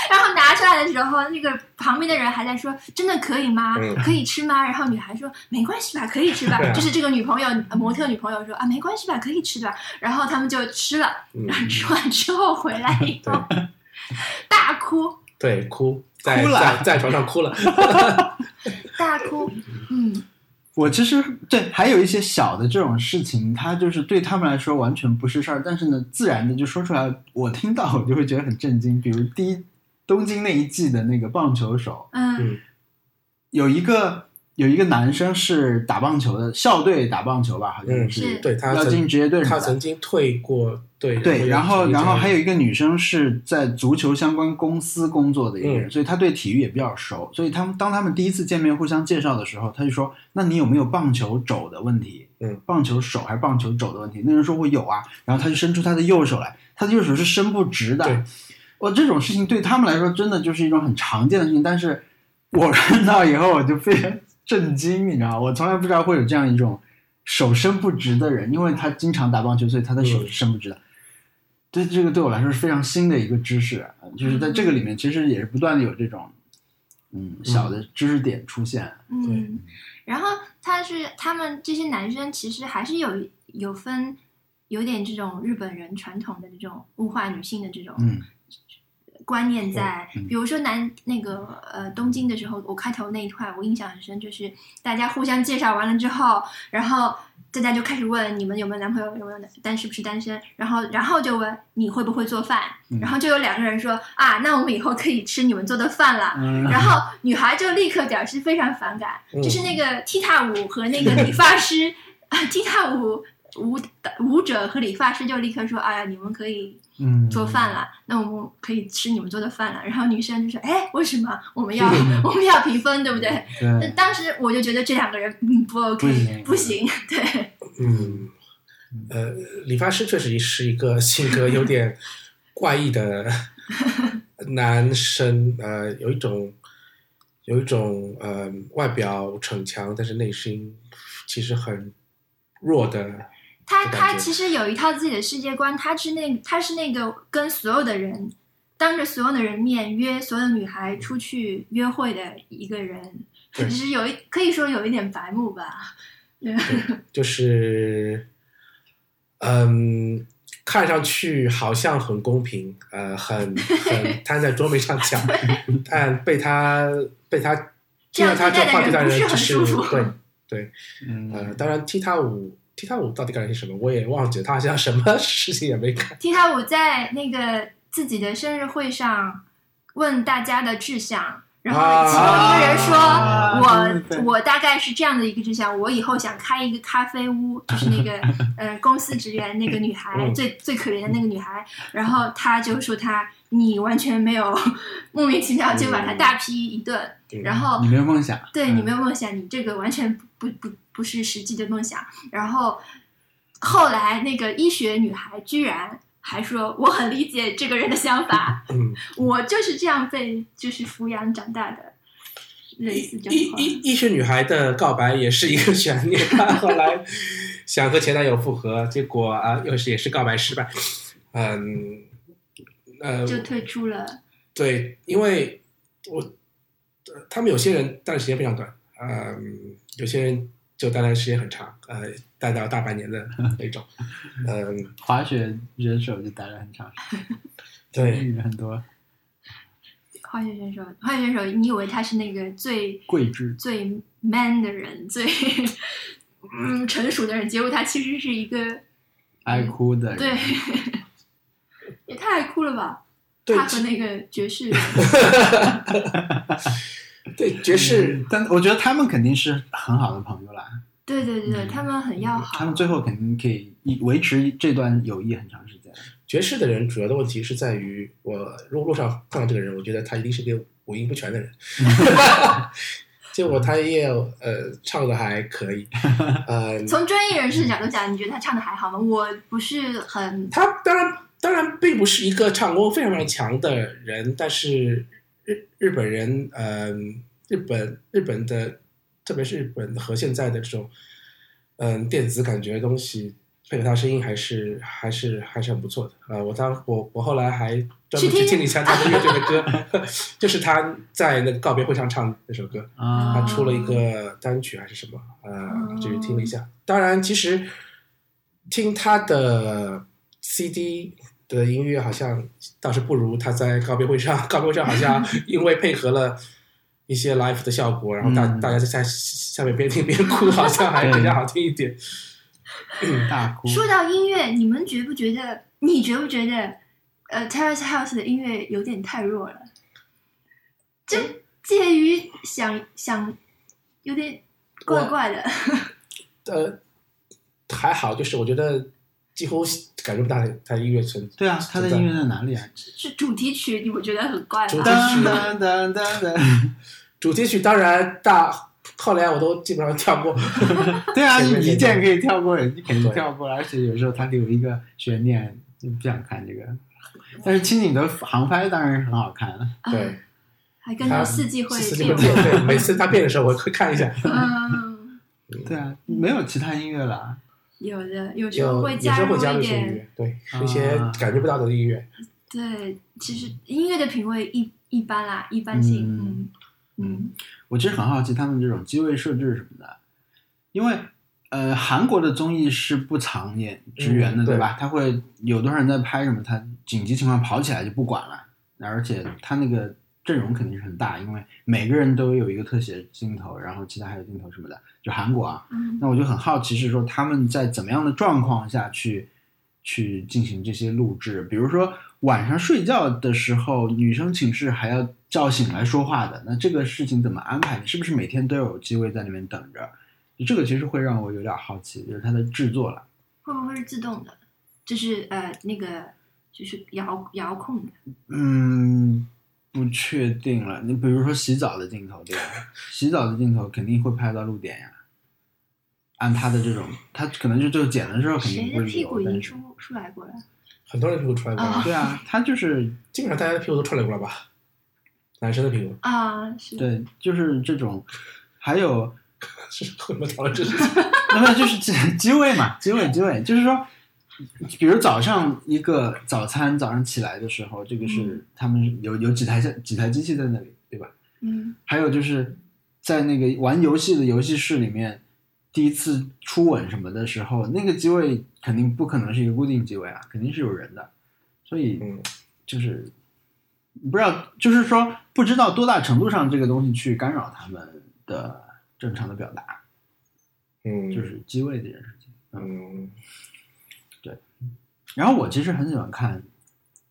然后拿出来的时候，那个旁边的人还在说：“真的可以吗？嗯可以吃吗？”然后女孩说：“没关系吧，可以吃吧。对啊就是这个女朋友呃模特女朋友说：“啊，没关系吧，可以吃的吧。”然后他们就吃了，嗯，然后吃完之后回来 以后大哭对，哭在哭了在在床上哭 了。大哭，嗯，我其实对还有一些小的这种事情，它就是对他们来说完全不是事儿，但是呢，自然的就说出来，我听到我就会觉得很震惊。比如第一东京那一季的那个棒球手，嗯有一个有一个男生是打棒球的，校队打棒球吧，好像嗯是、是对他要进曾职业队什他么的。曾经退过队，对，然后又然后还退有一个女生是在足球相关公司工作的一个人，嗯所以她对体育也比较熟。所以他们当他们第一次见面互相介绍的时候，他就说：“那你有没有棒球肘的问题？嗯，棒球手还是棒球肘的问题？”那人说：“我有啊。”然后他就伸出他的右手来，他的右手是伸不直对的。我这种事情对他们来说真的就是一种很常见的事情，但是我看到以后我就非常震惊，你知道吗，我从来不知道会有这样一种手伸不直的人，因为他经常打棒球，所以他的手嗯是伸不直的。对这个对我来说是非常新的一个知识，呃就是嗯在这个里面其实也是不断的有这种嗯小的知识点出现。嗯，然后他是他们这些男生其实还是有有分有点这种日本人传统的这种物化女性的这种嗯观念在，嗯嗯比如说南那个呃东京的时候，我开头那一块我印象很深，就是大家互相介绍完了之后，然后大家就开始问你们有没有男朋友，有没有男单是不是单身，然后然后就问你会不会做饭，嗯然后就有两个人说啊，那我们以后可以吃你们做的饭啦，嗯然后女孩就立刻表示非常反感，嗯就是那个踢踏舞和那个理发师， 啊踢踏舞舞舞者和理发师就立刻说：“哎呀，你们可以嗯，做饭了，那我们可以吃你们做的饭了。”然后女生就说：“哎，为什么我们要嗯我们要平分，对不对？”那对，当时我就觉得这两个人嗯不 OK，嗯不行不行，对，嗯，呃，理发师确实是一个性格有点怪异的男生，呃，有一种有一种呃外表逞强，但是内心其实很弱的，他这感觉他其实有一套自己的世界观，他是那他是那个跟所有的人，当着所有的人面约所有女孩出去约会的一个人，对只是有一可以说有一点白目吧，对，就是嗯，看上去好像很公平，呃，很 很摊在桌面上讲，但被他被他这听样到他对待的话人对待不是人很只舒是服 对。呃，嗯，当然踢踏舞，踢踏舞到底干的是什么，我也忘记了，他好像什么 事情也没干。 踢踏舞在那个自己的生日会上问大家的志向，然后啊其中一个人说：“啊对对对我我大概是这样的一个志向，我以后想开一个咖啡屋，就是 那个呃公司职员那个女孩，嗯最最可怜的那个女孩。”然后他就说他你完全没有 莫名其妙就把他大批一顿，嗯然后你没有梦想，对你没有梦想，你这个完全不不不不是实际的梦想。然后后来那个医学女孩居然还说我很理解这个人的想法，嗯，我就是这样被就是抚养长大的，类似医这医种话。医医学女孩的告白也是一个悬念，她后来想和前男友复合，结果啊、又是也是告白失败。嗯，呃，就退出了，对，因为我、呃他们有些人待的时间非常短，嗯，有些人就待的时间很长，呃，待到大半年的那种，嗯，滑雪人手就待了很长时间， 对，遇了很多滑雪选手，滑雪选手，你以为他是那个最桂枝。最 man 的人，最嗯成熟的人，结果他其实是一个爱哭的人，对， 也太酷了吧！对 他和那个爵士对爵士。嗯嗯但我觉得他们肯定是很好的朋友啦。对对对，嗯他们很要好。他们最后肯定可以一维持这段友谊很长时间。爵士的人主要的问题是在于，我如果路上看到这个人，我觉得他一定是个五音不全的人， 结果他也呃唱的还可以，呃，从专业人士的角度讲，你觉得他唱的还好吗？我不是很他当然当然并不是一个唱功非常非常强的人，但是日日本人，嗯、日本日本的，特别是日本和现在的这种，嗯、电子感觉的东西配合他声音还是还是还是很不错的啊、呃我当我我后来还专门去去听听了一下他的乐队的歌， 就是他在那个告别会上唱那首歌，他啊嗯出了一个单曲还是什么，呃哦，就是听了一下。当然，其实听他的 CD 的音乐好像倒是不如他在告别会上， 告别会上好像因为配合了一些 live 的效果，然后大、嗯大家在下下面边听边哭，好像还比较好听一点。大哭。说到音乐，你们觉不觉得？你觉不觉得？呃，Terrace House 的音乐有点太弱了，就介于想想有点怪怪的。呃，还好，就是我觉得几乎感觉不到他的音乐存对啊，他的音乐在哪里啊？ 是主题曲，你我觉得很怪主吧？当当当当当！主题曲，当然大后来我都基本上跳过。 对啊，前你面一这键段可以跳过，你肯定对跳过了。而且有时候它留一个悬念，就不想看这个。但是青井的航拍当然很好看了。 对。还跟着四季会四季变变化。对，每次他变的时候，我会看一下。 嗯，对啊，没有其他音乐了啊。有的， 有时候有会有时候会加入入一一些音点。乐，对啊一些感觉不到的音乐。对，其实音乐的品味一一般啦，一般性。嗯嗯嗯，我其实很好奇他们这种机位设置什么的，因为呃，韩国的综艺是不藏演职员的，嗯对吧？他会有多少人在拍什么，他紧急情况跑起来就不管了，而且他那个阵容肯定是很大，因为每个人都有一个特写镜头，然后其他还有镜头什么的，就韩国啊。嗯那我就很好奇，是说他们在怎么样的状况下去去进行这些录制？比如说晚上睡觉的时候，女生寝室还要叫醒来说话的，那这个事情怎么安排？你是不是每天都有机会在那边等着？这个其实会让我有点好奇，就是它的制作了。会不会是自动的？就是呃，那个就是遥遥控的。嗯，不确定了。你比如说洗澡的镜头，对吧？洗澡的镜头肯定会拍到露点呀。按他的这种，他可能就就剪的时候肯定谁不会的有，屁股已但经是出出来过了？很多人屁股出来过，啊对啊，他就是基本上大家的屁股都出来过了吧？男生的屁股啊，是。对，就是这种，还有是为什么讨论这事情？那么就是机机位嘛，机位机位，就是说，比如早上一个早餐，早上起来的时候，这个是嗯他们有有几台几台机器在那里，对吧？嗯，还有就是在那个玩游戏的游戏室里面，第一次初吻什么的时候，那个机位肯定不可能是一个固定机位啊，肯定是有人的，所以嗯，就是不知道，就是说不知道多大程度上这个东西去干扰他们的正常的表达，嗯，就是机位这件事情。嗯，然后我其实很喜欢看，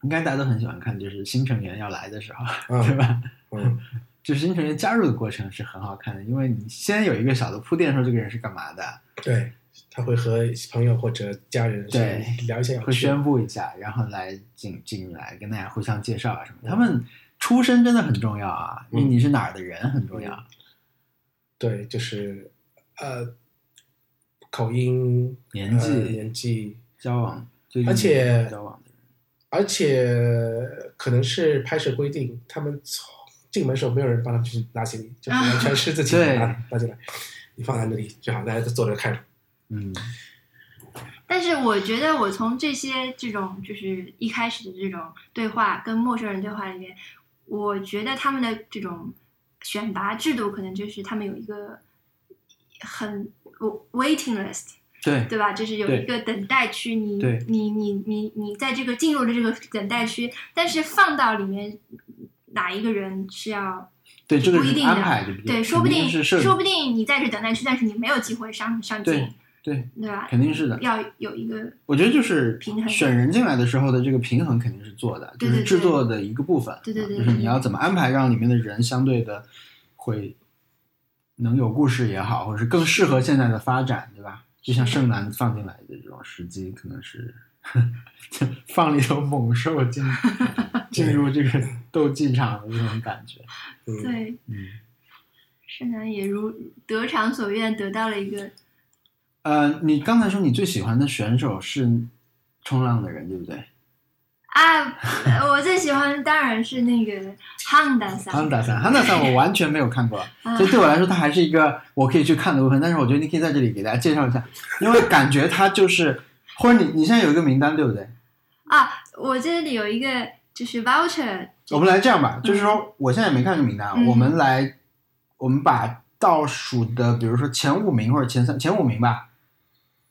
应该大家都很喜欢看，就是新成员要来的时候，嗯对吧？嗯，就是新成员加入的过程是很好看的，因为你先有一个小的铺垫，说这个人是干嘛的，对，他会和朋友或者家人对聊一下有会趣的宣布一下，然后来进进来跟大家互相介绍啊什么的。他们出身真的很重要啊，嗯因为你是哪儿的人很重要，对，就是呃，口音、年纪呃年纪，交往最近而且交往的人，而且可能是拍摄规定，他们从进门的时候没有人帮他们去拿行李，就是完全是自己啊对拿拿进来，你放在那里就好，大家都坐着看着。嗯，但是我觉得我从这些这种就是一开始的这种对话跟陌生人对话里面，我觉得他们的这种选拔制度可能就是他们有一个很 waiting list，对对吧？就是有对一个等待区，你对你你你你在这个进入了这个等待区，但是放到里面哪一个人是要对，这个不一是定的安排的，对，说不肯定定是设计说不定你在这等待区，但是你没有机会上上进，对对，对吧？肯定是的。要有一个我觉得就是平衡的选人进来的时候的这个平衡肯定是做的，就对是对制作的一个部分，啊对对对就是你要怎么安排让里面的人相对的会能有故事也好，或者是更适合现在的发展，对吧？就像盛楠放进来的这种时机，可能是 就放了一头猛兽 进进入这个斗技场的这种感觉。嗯，对，嗯，盛楠也如得偿所愿，得到了一个呃，你刚才说你最喜欢的选手是冲浪的人，对不对？啊，我最喜欢当然是那个汉达桑，汉达三，汉达三我完全没有看过， 啊所以对我来说，它还是一个我可以去看的部分。但是我觉得你可以在这里给大家介绍一下，因为感觉它就是，或者你你现在有一个名单，对不对？啊，我这里有一个就是 voucher，我们来这样吧，就是说我现在也没看这个名单啊，嗯我们来，我们把倒数的，比如说前五名或者前三前五名吧，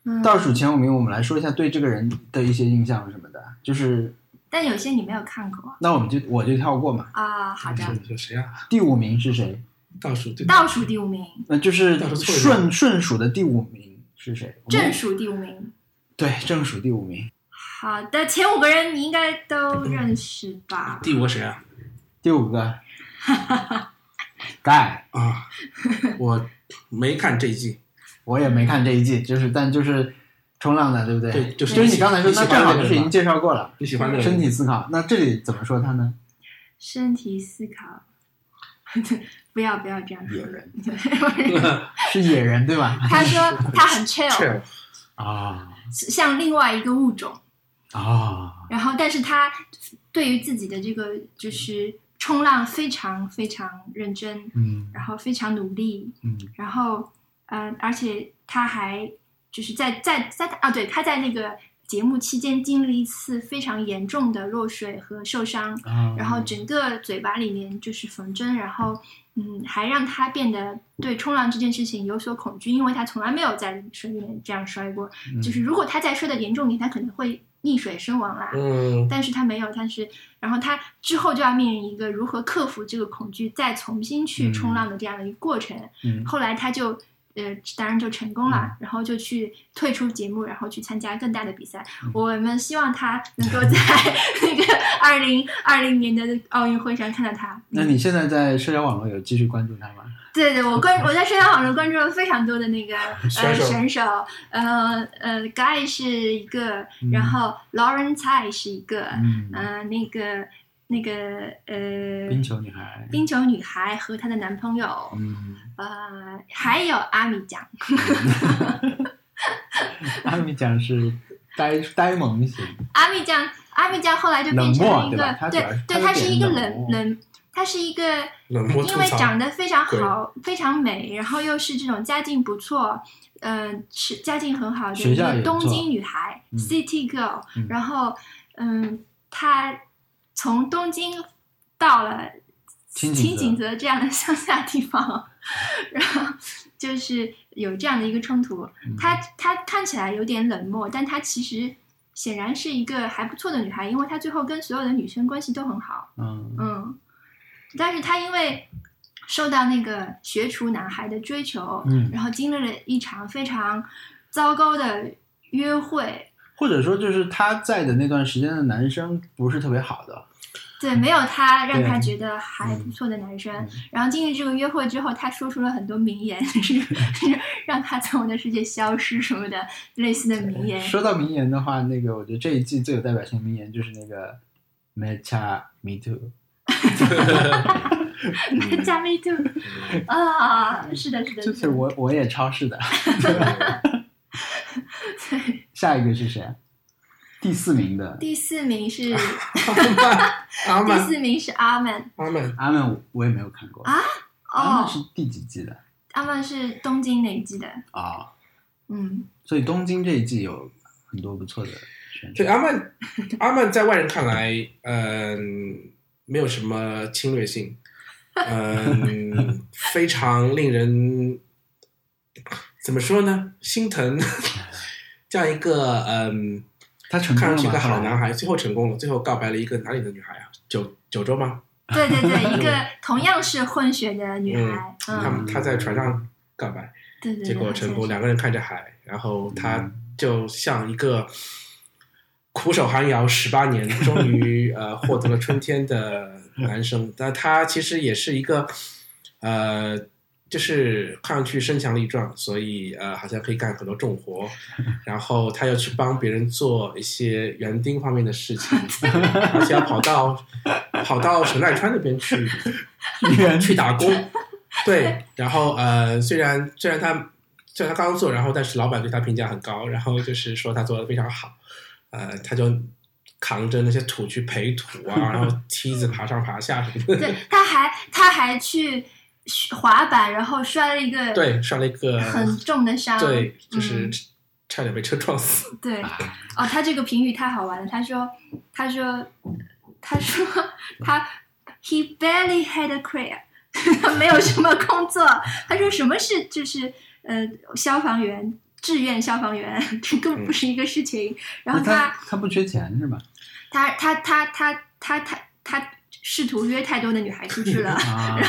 嗯，倒数前五名，我们来说一下对这个人的一些印象什么的。就是但有些你没有看过那我们就我就跳过嘛。啊。好嗯的，有谁啊？第五名是谁？倒数对，倒数第五名，那就是倒数错了顺顺数的第五名是谁？我们正数第五名。对正数第五名，好的，前五个人你应该都认识嗯吧？第五个谁啊？第五个， 盖，啊，我没看这一季，我也没看这一季，就是但就是冲浪的，对不对？对，就就是是你刚才说，那正好就是已经你介绍过了。你喜欢的人身体思考，那这里怎么说他呢？身体思考， 不要不要这样说野。人吗是野人对 吧？ 他说他 很 chill， Chill 啊像另外一个物种。啊，然后，但是他对于自己的这个就是冲浪非常非常认真，嗯然后非常努力，嗯然后呃，而且他还就是在在在啊，对，他在那个节目期间经历一次非常严重的落水和受伤，啊，然后整个嘴巴里面就是缝针，然后嗯，还让他变得对冲浪这件事情有所恐惧，因为他从来没有在水里面这样摔过，嗯就是如果他再摔的严重点，他可能会溺水身亡啦。嗯，但是他没有，但是然后他之后就要面临一个如何克服这个恐惧，再重新去冲浪的这样的一个过程。嗯后来他就呃，当然就成功了，然后就去退出节目，然后去参加更大的比赛。嗯 我们希望他能够在 那个二零二零年的奥运会上看到他。那你现在在社交网络有继续关注他吗？对对，我关我在社交网络关注了非常多的 那个选呃手选手，呃呃，Guy 是一个，然后 Lauren Tsai 是一个，嗯，呃，那个那个呃，冰球女孩，冰球女孩和她的男朋友， 嗯，呃，还有阿米酱，阿米讲是呆呆萌型，阿米酱，阿米酱后来就变冷成漠了一对吧个她，主要对是对，她有她是点一个冷冷漠冷，她是一个冷漠因吐为槽长得非常对好，非常美，然后又是这种家境不错，嗯、是家境很好的学一校也个不东错京女孩、嗯 c i t y girl，、嗯然后嗯，她从东京到了青井青泽井泽这样的乡下地方， 然后就是有这样的一个冲突。嗯她她看起来有点冷漠，但她其实显然是一个还不错的女孩，因为她最后跟所有的女生关系都很好。嗯嗯，但是他因为受到那个学厨男孩的追求，嗯，然后经历了一场非常糟糕的约会，或者说就是他在的那段时间的男生不是特别好的，对，没有他让他对觉得还不错的男生。嗯然后经历这个约会之后，他说出了很多名言， 是是让他从我的世界消失什么的类似的名言。 说到名言的话，那个我觉得这一季最有代表性的名言就是那个 “Mecha Me Too”。加 me too 啊，是的，是的，就是是的。我我也超市的。 对下一个是谁？第四名的第四 名是 阿第曼四名是阿曼阿曼阿曼，我也没有看过。啊阿曼哦，是第几季的阿曼是东京那一季的，啊？嗯。所以东京这一季有很多不错的选手对。阿曼阿曼在外人看来，嗯，没有什么侵略性，嗯，非常令人怎么说呢？心疼 这样一个嗯，他成功看了上吗？去一个好后来男孩，最后成功了，最后告白了一个哪里的女孩啊？九九州吗？对 对对，一个同样是混血的女孩，他嗯，们他在船上告白，对对对，结果成功，好像两个人看着海，然后他就像一个苦守寒窑十八年，终于呃获得了春天的男生。但他其实也是一个呃就是看上去身强力壮，所以呃好像可以干很多重活，然后他要去帮别人做一些园丁方面的事情，而且要跑到跑到神奈川那边去 园去打工， 对，然后呃虽然虽然他虽然他刚做，然后但是老板对他评价很高，然后就是说他做的非常好，呃他就。扛着那些土去培土啊，然 后梯子爬上爬下什么的。对，他还他还去滑板，然后摔了一个对，上了一嗯个很重的伤。对，就是嗯差点被车撞 死。对，哦，他这个评语太好玩了。他说，他说，他说，他 he barely had a career，他 没有什么工作。他说什么是就是呃消防员，志愿消防员，这根嗯本不是一个事情。然后他他他不缺钱是吧？。他他他他他他他试图约太多的女孩出去 了 啊，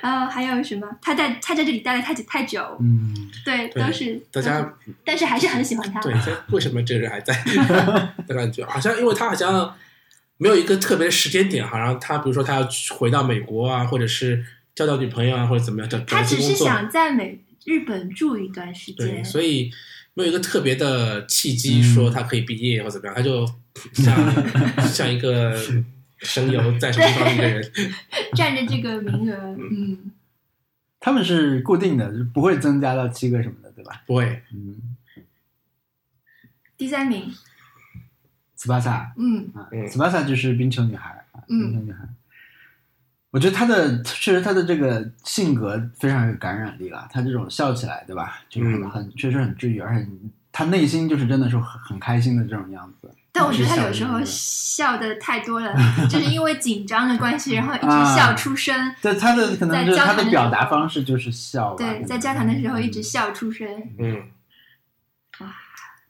然后还有什么？他在他在这里待了太久太久，嗯，对，对都是大家 都是但是还是很喜欢他。对，这为什么这个人还 在？的感觉好像，因为他好像没有一个特别的时间点，好像他比如说他要去回到美国啊，或者是交到女朋友啊，或者怎么样，找找他一份只是工作。想在美日本住一段时对，间。所以没有一个特别的契机嗯说他可以毕业或怎么样，他就 像像一个神游在什么地方的一个 人。占着这个名额，嗯，他们是固定的，就不会增加到七个什么的，对吧？ 不会，嗯，第三名，斯巴萨，嗯啊嗯斯巴萨就是冰球女孩，啊冰球女孩。我觉得她的确实她的这个性格非常有感染力啦，她这种笑起来，对吧？就是很嗯很确实很治愈，而且她内心就是真的是很很开心的这种样子。但我觉得他是有时候小笑的太多了，就是因为紧张的关系，然后一啊直笑出声。对她的可能就是在交她谈的的时候表达方式就是笑吧。可对，能在交谈的时候一直笑出声嗯，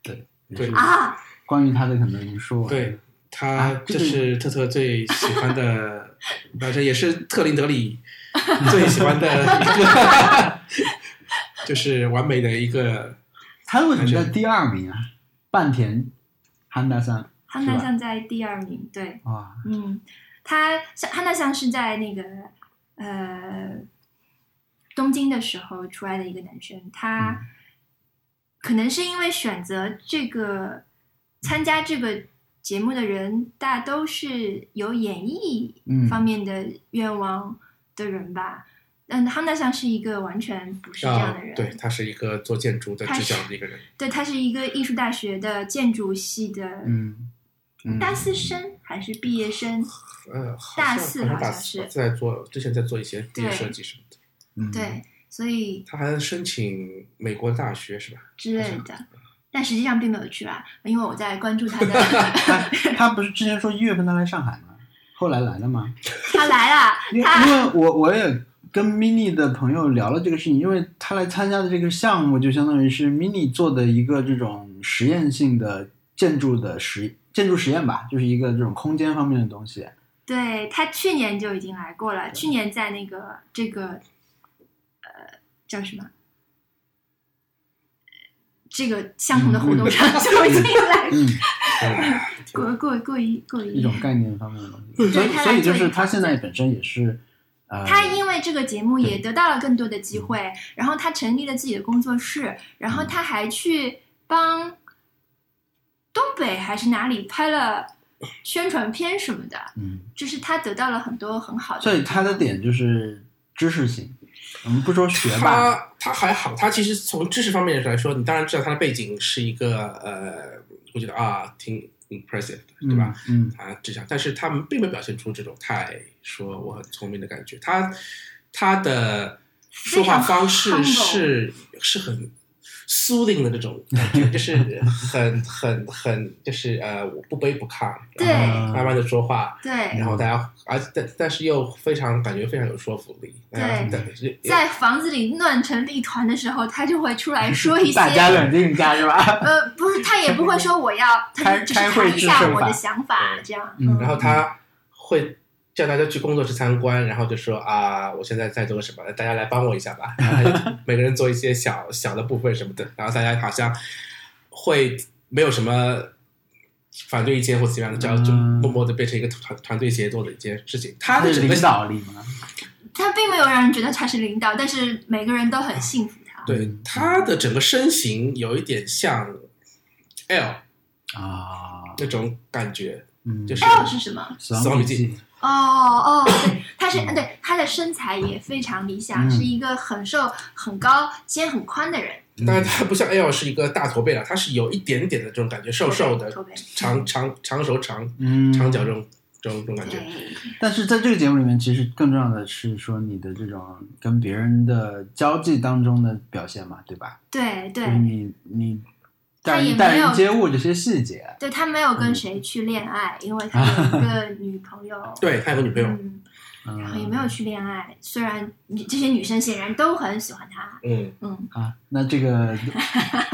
对啊，嗯关于她的可能已经说完了。对他啊这这个是特特最喜欢的，反正也是特林德里最喜欢的一个，就是完美的一个。她为什么在第二名啊？半田汉大桑汉娜像在第二名，对，哇，嗯，他像汉娜像是在那个呃东京的时候出来的一个男生，他。嗯可能是因为选择这个参加这个节目的人，大都是有演艺嗯方面的愿望的人吧。嗯，哈娜桑是一个完全不是这样啊的人，，对，他是一个做建筑的他志是向的一个人，对，他是一个艺术大学的建筑系的嗯嗯，大四生还是毕业生，呃，好大像四好像好大像四是在做，之前在做一些毕业对设计什么的。嗯，对，所以他还申请美国大学是吧？之类的。但实际上并没有去啊，因为我在关注他 他的，哎他不是之前说一月份他来上海吗？后来来了吗？他来了，因为因为我我也跟 mini 的朋友聊了这个事情，因为他来参加的这个项目就相当于是 mini 做的一个这种实验性的建筑的实建筑实验吧，就是一个这种空间方面的东西。对他去年就已经来过了，去年在那个这个呃叫什么？这个相同的活动上就已经来嗯，哎 过过过一过一一种。概念方面的东西。所以对嗯他来所以就做一是个他现在本身也是，呃，他因为这个节目也得到了更多的机嗯会，然后他成立了自己的工作室，然后他还去帮东北还是哪里拍了宣传片什么的，嗯，就是他得到了很多很好的。所以他的点就是知识型，我们不说学霸，他他还好，他其实从知识方面来说，你当然知道他的背景是一个呃，我觉得啊挺 impressive 的，对吧？？嗯，他志向，但是他们并没有表现出这种太说我很聪明的感觉。他他的说话方式非常 humble 是是很 soothing 的这种感觉，就是很很很就是呃，我不卑不亢，对然后慢慢的说话，对然，后大家，而但但是又非常感觉非常有说服力。对大家但是在房子里乱成一团的时候，他就会出来说一些。大家冷静一下，是吧？呃，不是，他也不会说我要，他开就只开是会谈一制下胜我法的想法，这样。嗯然后他会叫大家去工作室参观，然后就说啊，我现在在做什么，大家来帮我一下吧。然后他就每个人做一些小小的部分什么的，然后大家好像会没有什么反对意见或怎么样的，只要就嗯默默的变成一个团团队协作的一件事情。他他的的整个领导力嘛，他并没有让人觉得他是领导，但是每个人都很信服他。对他的整个身形有一点像 L 啊，那种感觉，嗯，就是 L 是什么？死死亡亡笔笔记记，哦哦，对，他是嗯对他的身材也非常理想，嗯是一个很瘦、很高、肩很宽的人。当然他不像 L 是一个大驼背了，他是有一点点的这种感觉，瘦瘦的驼背，长长长手长嗯，长脚这种这种这种感觉。对，但是在这个节目里面，其实更重要的是说你的这种跟别人的交际当中的表现嘛，对吧？对对就是你你他待也人待没有人接物这些细节，对，他没有跟谁去恋爱，因为他有一个女朋友。 对他有个女朋友，嗯，然后也嗯没有去恋爱，虽然你这些女生显然都很喜欢他，嗯，嗯，啊，那这个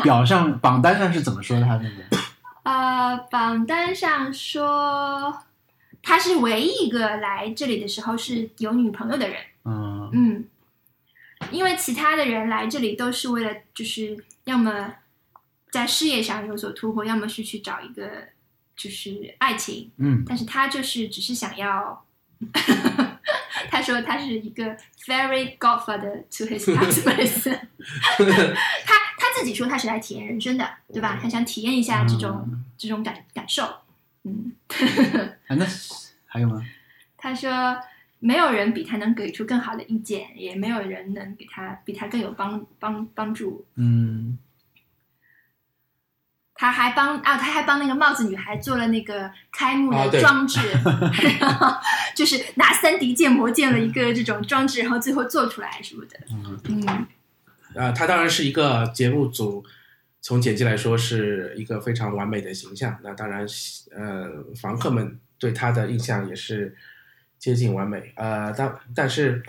表上榜单上是怎么说他的呢？呃，榜单上说他是唯一一个来这里的时候是有女朋友的人，嗯嗯，因为其他的人来这里都是为了就是要么在事业上有所突破，要么是去找一个就是爱情，嗯但是他就是只是想要，他说他是一个 very godfather to his customers，他嗯 他自己说他是来体验人生的，对吧？他想体验一下嗯这种、这种感感受，嗯，啊，那还有吗？他说没有人比他能给出更好的意见，也没有人能给他比他更有帮帮帮助。嗯他还帮啊，他还帮那个帽子女孩做了那个开幕啊的对装 置，然后就是拿三 D 建模建了一个这种装置，然后最后做出来什么的。嗯嗯，啊，他当然是一个节目组，从剪辑来说是一个非常完美的形象。那当然，呃，房客们对他的印象也是接近完美。呃，但但是，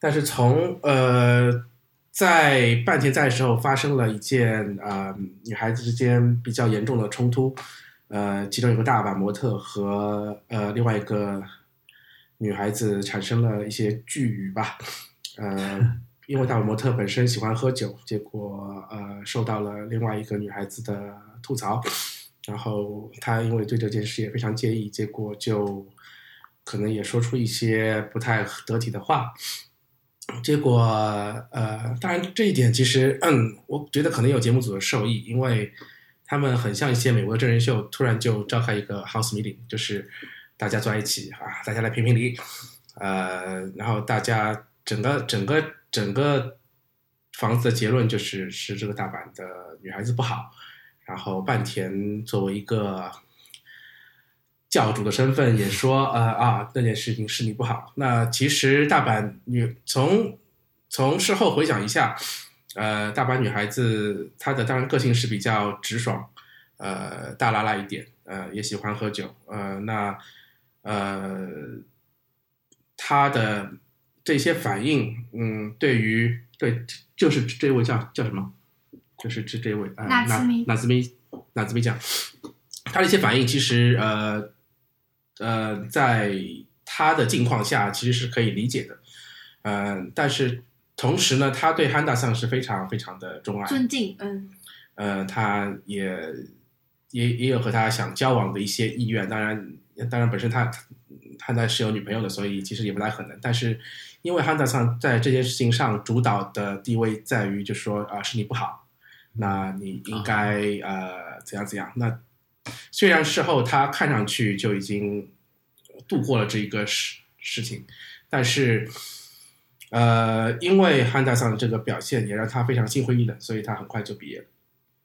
但是从呃，在半决赛的时候发生了一件呃女孩子之间比较严重的冲突。呃，其中有个大阪模特和呃另外一个女孩子产生了一些巨语吧，呃，因为大阪模特本身喜欢喝酒，结果呃受到了另外一个女孩子的吐槽，然后她因为对这件事也非常介意，结果就可能也说出一些不太得体的话。结果，呃，当然这一点其实，嗯，我觉得可能有节目组的受益，因为他们很像一些美国的真人秀，突然就召开一个 house meeting，就是大家坐在一起啊，大家来评评理，呃，然后大家整个整个整个房子的结论就是是这个大阪的女孩子不好，然后半田作为一个教主的身份也说，呃啊，那件事情是你不好。那其实大阪女从从事后回想一下，呃，大阪女孩子她的当然个性是比较直爽，呃，大拉拉一点，呃，也喜欢喝酒，呃，那呃，她的这些反应，嗯，对于对就是这位叫叫什么，就是这这位呃纳兹米纳兹米纳兹米酱，她的一些反应其实呃呃，在她的境况下其实是可以理解的，呃，但是。同时呢，她对汉大桑是非常非常的钟爱，尊敬，嗯，呃，他也也也有和他想交往的一些意愿。当然，当然本身他汉代是有女朋友的，所以其实也不太可能。但是因为汉代上在这件事情上主导的地位在于，就说啊、是你不好，那你应该、呃怎样怎样。那虽然事后他看上去就已经度过了这一个事事情，但是。呃，因为汉代上的这个表现也让他非常心灰意冷，所以他很快就毕业了。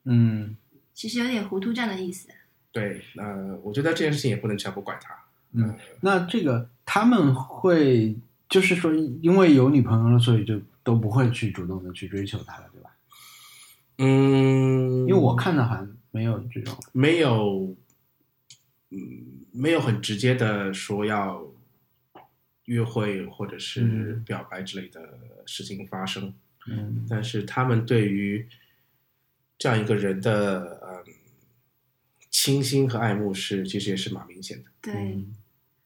嗯其实有点糊涂账的意思。对，呃，我觉得这件事情也不能全部怪他。呃嗯，那这个他们会就是说，因为有女朋友了，所以就都不会去主动的去追求她了，对吧？嗯，因为我看到好像没有这种，没有，嗯，没有很直接的说要约会或者是嗯表白之类的事情发生，嗯但是他们对于这样一个人的嗯倾心和爱慕是其实也是蛮明显的。对，嗯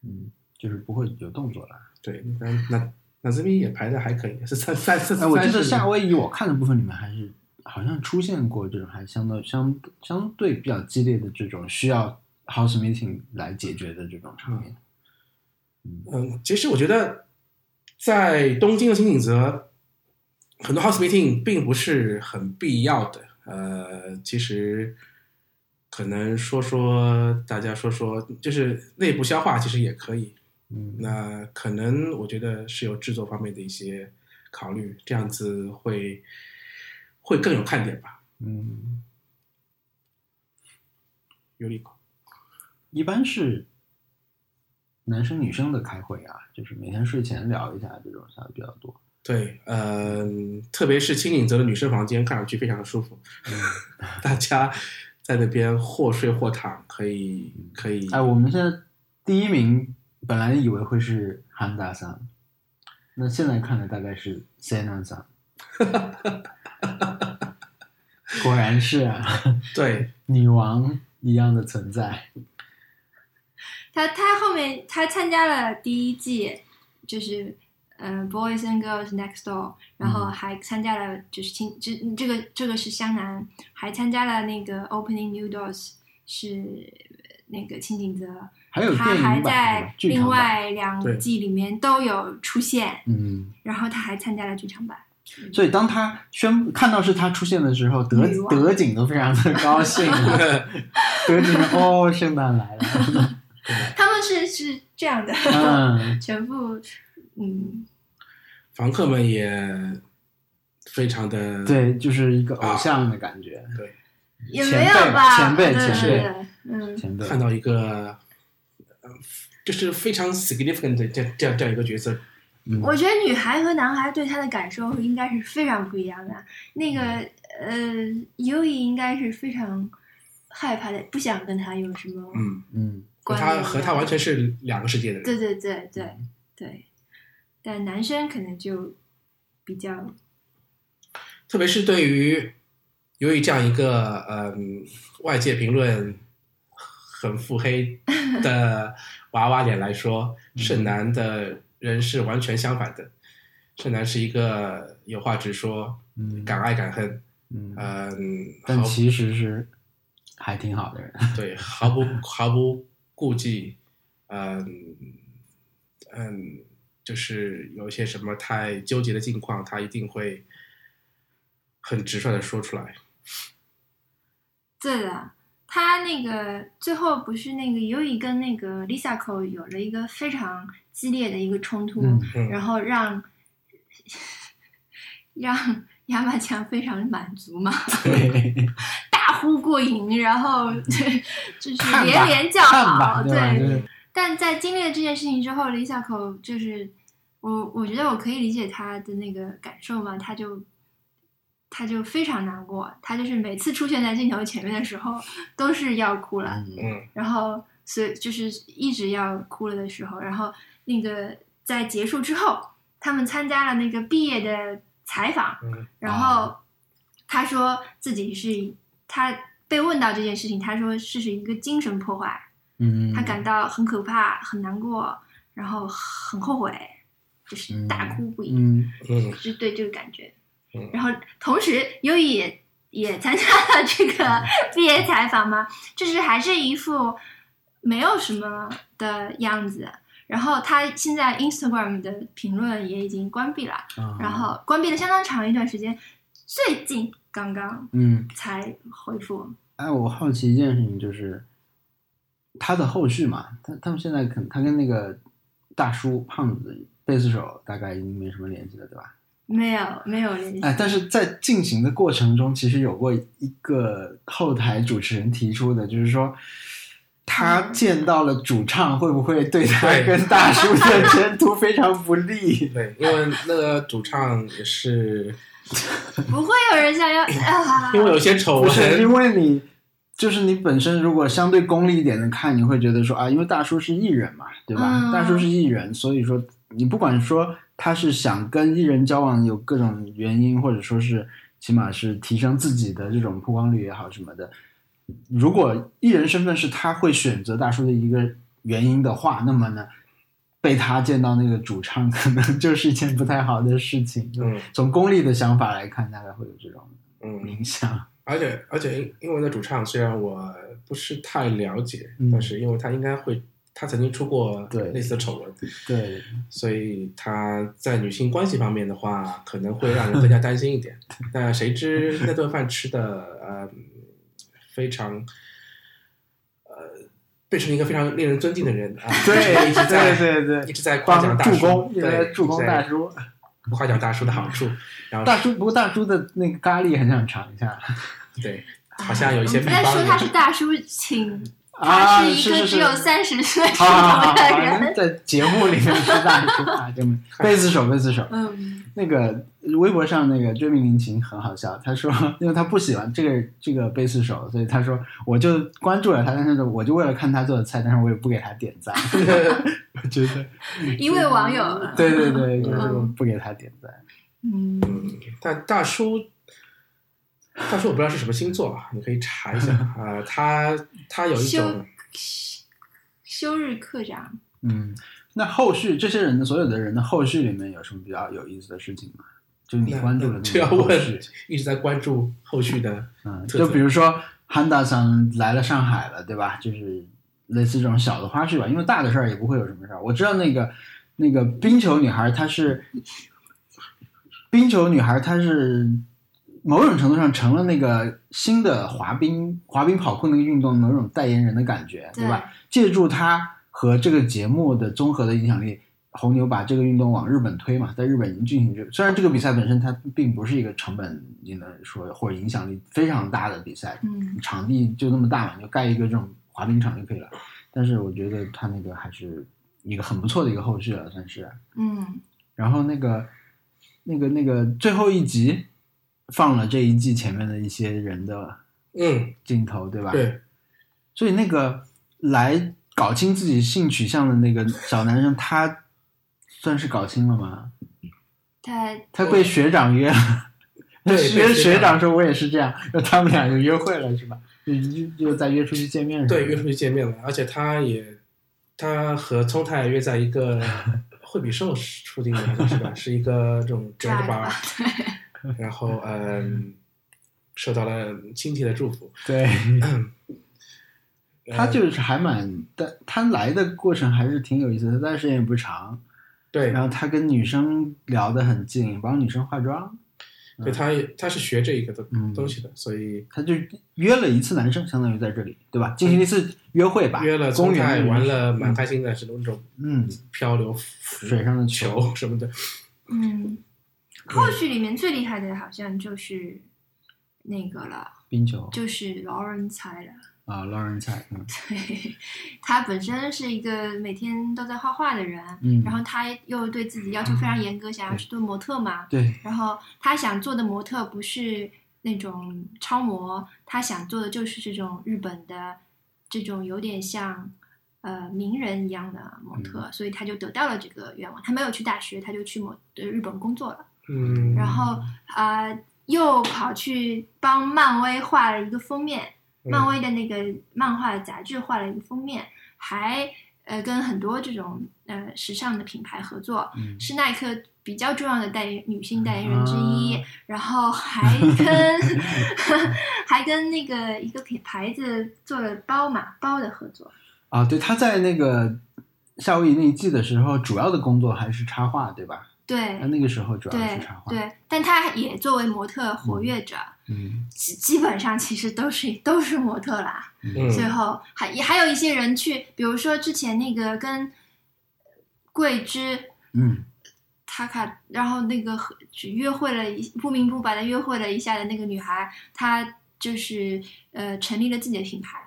嗯，就是不会有动作了。对，那那那这边也排的还可以， 是三三三。嗯哎，我记得三十夏威夷我看的部分里面还是好像出现过这种还相当相相对比较激烈的这种需要 house meeting 来解决的这种场面。嗯，其实我觉得在东京的新井泽，很多 house meeting 并不是很必要的。呃，其实可能说说大家说说，就是内部消化，其实也可以。嗯，那可能我觉得是有制作方面的一些考虑，这样子会会更有看点吧。嗯，有理口，一般是男生女生的开会啊，就是每天睡前聊一下这种啥比较多。对，嗯、特别是青井泽的女生房间，看上去非常的舒服，嗯 大家在那边或睡或躺，可以可以。哎，我们现在第一名本来以为会是韩达桑，那现在看来大概是 s e n a 桑，果然是啊，对，女王一样的存在。他他后面他参加了第一季，就是嗯、呃 Boys and Girls Next Door，然后嗯还参加了就是青这这个这个是湘南，还参加了那个 Opening New Doors 是呃那个青井泽，还有他电还影版对吧在剧另场版，外对两季里面都有出现，嗯，然后他还参加了剧场版。所以当他宣看到是他出现的时候，德女王德景都非常的高兴、 啊，德景说哦，圣诞来了， 他们是是这样的，嗯，全部嗯，房客们也非常的对，就是一个偶像的感觉，对，也前没有辈吧？前辈对对前对辈嗯，前辈，看到一个，呃就是非常 significant 的这样这样这样一个角色，嗯我觉得女孩和男孩对他的感受应该是非常不一样的。那个呃，尤以应该是非常害怕的，不想跟他有什么嗯，嗯，和关他联。和他完全是两个世界的人，对对对对嗯对，但男生可能就比较特别是对于由于这样一个嗯、外界评论很腹黑的娃娃脸来说，嗯盛男的人是完全相反的，盛男是一个有话直说，嗯敢爱敢恨，嗯，嗯，但毫其实是还挺好的人，呃对，毫不毫不顾忌，嗯嗯，就是有一些什么太纠结的境况，他一定会很直率的说出来。对的，他那个最后不是那个尤以跟那个 Lisa Ko 有了一个非常激烈的一个冲突，嗯嗯然后让让亚麻强非常满足嘛， 对，大呼过瘾，然后就是看连吧连叫看好，吧，吧？对，嗯就是但在经历了这件事情之后，李小口就是我，我觉得我可以理解他的那个感受嘛，他就他就非常难过，他就是每次出现在镜头前面的时候都是要哭了，嗯嗯然后所以就是一直要哭了的时候，然后那个在结束之后，他们参加了那个毕业的采访，嗯然后他说自己是他被问到这件事情，他说是是一个精神破坏。嗯，他感到很可怕、很难过，然后很后悔，就是大哭不已，嗯嗯就是对这个感觉嗯。然后同时，优以也也参加了这个毕业采访嘛，就是还是一副没有什么的样子。然后他现在 Instagram 的评论也已经关闭了，啊然后关闭了相当长一段时间，最近刚刚嗯，才恢复。哎，我好奇一件事情就是他的后续嘛，他他们现在可他跟那个大叔胖子贝斯手大概已经没什么联系了，对吧？没有，没有联系。哎，但是在进行的过程中，其实有过一个后台主持人提出的，就是说。他嗯见到了主唱，会不会对他对跟大叔的 前途非常不利？对，因为那个主唱也是，不会有人想要啊！因为有些丑不是闻因，为你，就是你本身如果相对功利一点的看，你会觉得说啊，因为大叔是艺人嘛，对吧？嗯大叔是艺人，所以说你不管说他是想跟艺人交往有各种原因，或者说是起码是提升自己的这种曝光率也好什么的，如果艺人身份是他会选择大叔的一个原因的话，那么呢？被他见到那个主唱，可能 就是一件不太好的事情。嗯从功利的想法来看，大概会有这种嗯，影响。而且而且英英文的主唱虽然我不是太了解，嗯但是因为他应该会他曾经出过对类似的丑闻，对，所以他在女性关系方面的话，可能会让人更加担心一 点。那谁知那顿饭吃的呃非常呃变成一个非常令人尊敬的人啊，对一直在对对对一直在夸帮奖大助叔，攻，因对为助攻大，叔，一直在夸奖大叔的好处，然后大叔不过大叔的那个咖喱很想尝一下对，好像有一些我北们在方说他人嗯是大叔，请啊，他一是个是啊只是有。三十岁出好好好头好，的好人。在节目里面是大叔啊，这 么贝斯手，贝斯手，嗯，那个微博上那个追命林琴很好笑，他说，因为他不喜欢这个这个贝斯手，所以他说我就关注了他，但是我就为了看他做的菜，但是我也不给他点 赞， 我觉得一位网友。对对对，嗯就是我不给他点赞，嗯，但大叔，大叔我不知道是什么星座啊，你可以查一下啊、呃他他有一种休休日课长，嗯，那后续这些人的所有的人的后续里面有什么比较有意思的事情吗？就你关注的就那要个后问续，一直在关注后续的，嗯，特色就比如说汉大桑来了上海了，对吧？就是类似这种小的花絮吧，因为大的事儿也不会有什么事儿。我知道那个那个冰球女孩，她是冰球女孩，她是某种程度上成了那个新的滑冰滑冰跑酷那个运动的某种代言人的感觉，对吧？借助她和这个节目的综合的影响力。红牛把这个运动往日本推嘛，在日本已经进行这个。虽然这个比赛本身它并不是一个成本，你能说或者影响力非常大的比赛，嗯，场地就那么大嘛，你就盖一个这种滑冰场就可以了。但是我觉得他那个还是一个很不错的一个后续了，算是。嗯，然后那个、那个、那个最后一集放了这一季前面的一些人的嗯，镜头，对吧？。对，所以那个来搞清自己性取向的那个小男生，他算是搞清了吗？他他被学长约了， 对被学学学长长说我也是这样，然后他们俩就约会了是吧？就就就再约出去见面是吧对，约出去见面了，而且他也他和聪太约在一 个惠比寿出定的好像是吧？是一个这 种 drag drag bar，然后嗯，受到了亲戚的祝福，对，呃他就是还蛮，但他来的过程还是挺有意思的，但时间也不长。对然后他跟女生聊得很近，帮女生化妆，对，他也他是学这个的嗯东西的，所以他就约了一次男生，相当于在这里，对吧？进行了一次约会吧，约了嗯公宗泰园里玩了蛮开心的，是那种嗯，漂流水上的球球什么的。嗯，后续里面最厉害的好像就是那个了，冰球就是 Lauren 猜了。 啊，捞人菜，嗯对，他本身是一个每天都在画画的人，嗯然后他又对自己要求非常严格，想要去做模特嘛。对，然后他想做的模特不是那种超模，他想做的就是这种日本的这种有点像呃名人一样的嗯模特，所以他就得到了这个愿望。他没有去大学，他就去模呃日本工作了。嗯，然后啊、呃又跑去帮漫威画了一个封面，嗯漫威的那个漫画杂志画了一个封面，还呃跟很多这种呃时尚的品牌合作，嗯，是耐克比较重要的代言女性代言人之一，啊然后还跟 还跟那个一个品牌子做了包嘛包的合作，啊，对，他在那个夏威夷那一季的时候，主要的工作还是插画，对吧？对他那个时候嗯主要对是插画，对，但她也作为模特活跃着，嗯基基本上其实都是都是模特啦。嗯最后还也还有一些人去，比如说之前那个跟桂枝嗯，塔卡，然后那个和只约会了一不明不白的约会了一下的那个女孩，她就是呃成立了自己的品牌，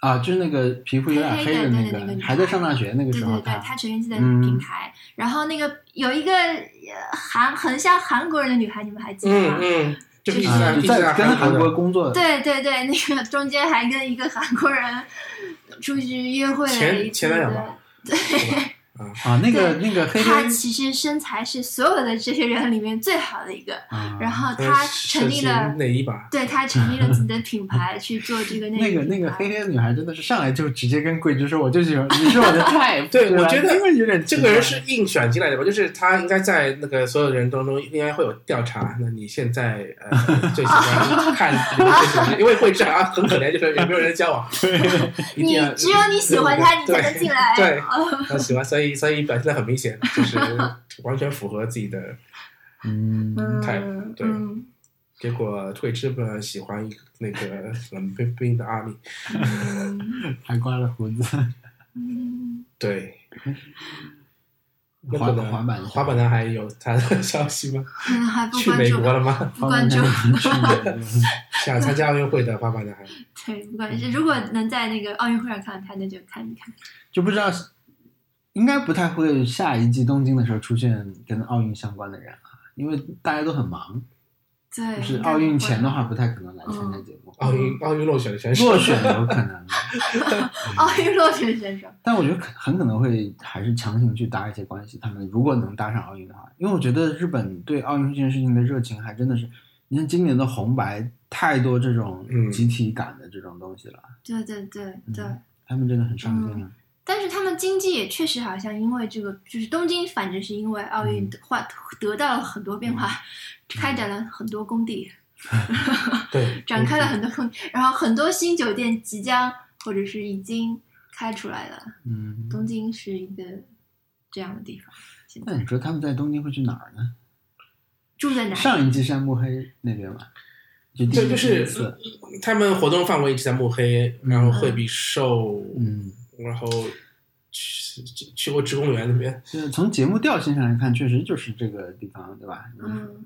啊，就是那个皮肤有点黑的那黑黑的对对那个个女，孩还在上大学那个对时对候对，他，她成立自己的嗯品牌。然后那个有一个呃韩很像韩国人的女孩，你们还记得吗？嗯嗯，就就是一直啊，在一就直在在跟韩国国的，工作，对对对，那个中间还跟一个韩国人出去约会了一前次前男友的吧，啊，那个那个黑他黑，其实身材是所有的这些人里面最好的一个，啊然后 他成立了，哪一把？对他成立了自己的品牌去做这个那个个那品个牌黑黑的女孩真的是上来就直接跟桂枝说，我就喜欢你是我的 type， 对吧我觉得这个有点奇 这怪个人是硬选进来的吧？就是他应该在那个所有人当中应该会有调查。那你现在呃最喜 欢看这个最喜欢，因为会这样啊，很可怜，就是有没有人交往， 一定你要只有你喜欢他，你才能进 来。对哦他喜欢，所以所以表现的很明显，就是 完全符合自己的。嗯， type，嗯对嗯，结果退之们喜欢一个那个冷冰冰的阿米，嗯还刮了胡子，嗯 对，那滑么呢滑板滑板男还有他的 消息吗？嗯，还不去关美注国了 吗？不关注， 想参加奥运会的滑板男孩，对，不关注。如果能在那个奥运会上看到他，那就看一看。就不知道，应该不太会下一季东京的时候出现跟奥运相关的人啊，因为大家都很忙，对，就是应该奥运不会嗯前的话不太可能来参加节目，奥运奥运落选的选手，嗯落选有可能，奥运落选选手，但我觉得可很可能会还是强行去搭一些关系。他们如果能搭上奥运的话，因为我觉得日本对奥运这件事情的热情还真的是，你看今年的红白太多这种嗯集体感的这种东西了，对对对对。嗯他们真的很上心啊。但是他们经济也确实好像因为这个，就是东京，反正是因为奥运的话得到了很多变化， 开展了很多工地， 对，展开了很多工地，然后很多新酒店即将或者是已经开出来了。嗯，东京是一个这样的地方，现那在你说他们在东京会去哪儿呢？住在哪里？上一季山木黑那边吧，就第对，一就是次，他们活动范围一直在慕黑，然后惠比寿，嗯，然后去去去过职工园那边，就是从节目调性上来看，确实就是这个地方，对吧？，嗯，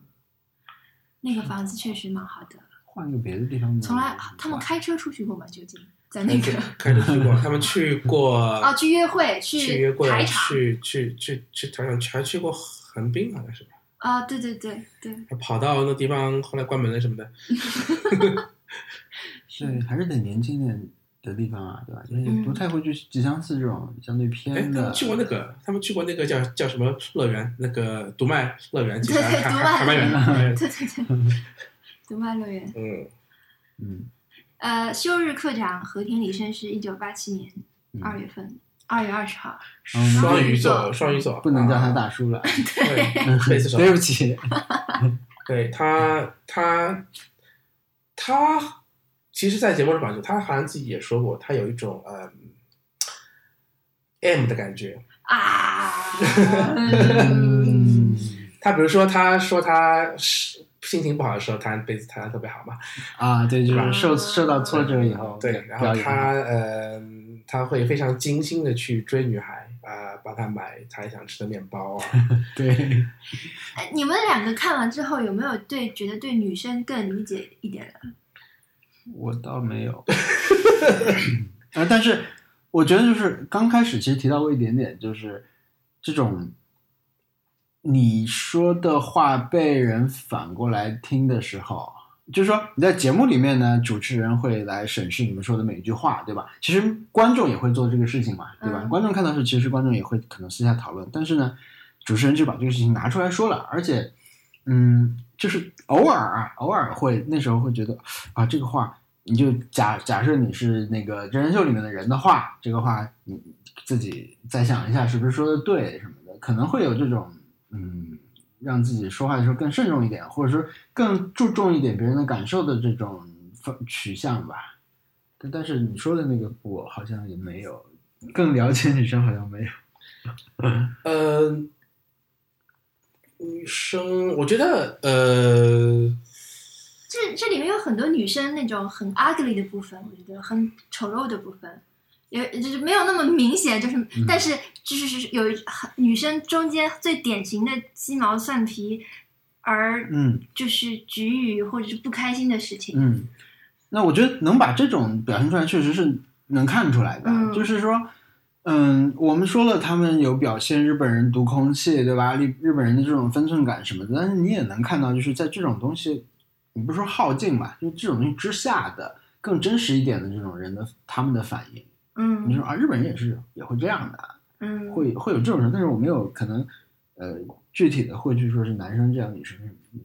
那个房子确实蛮好的，嗯换个别的地方呢，从来啊他们开车出去过吗？究竟在那个 开始去过，他们 去过哦，去约会，去约会排，场去去去去台场，还去过横滨好像是吧？啊，对对对对，还跑到那地方，后来关门了什么的。对，还是得年轻点的地方啊，对吧？就是嗯不太会去吉祥寺这种相对偏哎，他的。们去过那个，他们去过那个叫叫什么乐园，那个独卖乐园，其实对还对还独还还蛮卖乐远园的还蛮远的。对对对，独曼乐园。嗯，嗯呃，休日课长和田里生是一九八七年嗯二月份，二月二十号，然后我双们鱼座，双鱼座哦不能叫他啊大叔了，对， 贝斯手， 对不起。对他，他，他，其实，在节目上，他好像自己也说过，他有一种呃 M 的感觉。 啊，嗯嗯，他比如说，他说他是心情不好的时候，弹贝斯弹的特别好嘛，啊，对，就对吧是受受到挫折以后，嗯对，然后表演他呃，他会非常精心的去追女孩啊、帮她买她想吃的面包啊， 对，哎你们两个看完之后有没有对觉得对女生更理解一点了？我倒没有，啊，但是我觉得就是刚开始其实提到过一点点，就是这种你说的话被人反过来听的时候，就是说你在节目里面呢，主持人会来审视你们说的每一句话，对吧？其实观众也会做这个事情嘛，对吧？嗯观众看到是，其实观众也会可能私下讨论，但是呢，主持人就把这个事情拿出来说了，而且，嗯，就是偶尔啊，偶尔会那时候会觉得啊，这个话。你就假假设你是那个真人秀里面的人的话，这个话你自己再想一下是不是说的对什么的，可能会有这种嗯，让自己说话的时候更慎重一点，或者说更注重一点别人的感受的这种方取向吧。但但是你说的那个，我好像也没有，更了解女生好像没有。呃，女生，我觉得呃。这这里面有很多女生那种很 ugly 的部分，我觉得很丑陋的部分，也就是没有那么明显，就是、但是就是是有一很女生中间最典型的鸡毛蒜皮，而嗯就是局语或者是不开心的事情，嗯，那我觉得能把这种表现出来，确实是能看出来的。嗯就是说，嗯，我们说了他们有表现日本人读空气，对吧？日日本人的这种分寸感什么的，但是你也能看到，就是在这种东西，你不是说耗尽吧，就是这种东西之下的更真实一点的这种人的他们的反应。你嗯说啊，日本人也是也会这样的，嗯，会会有这种人，但是我没有可能，呃，具体的会去说是男生这样，女生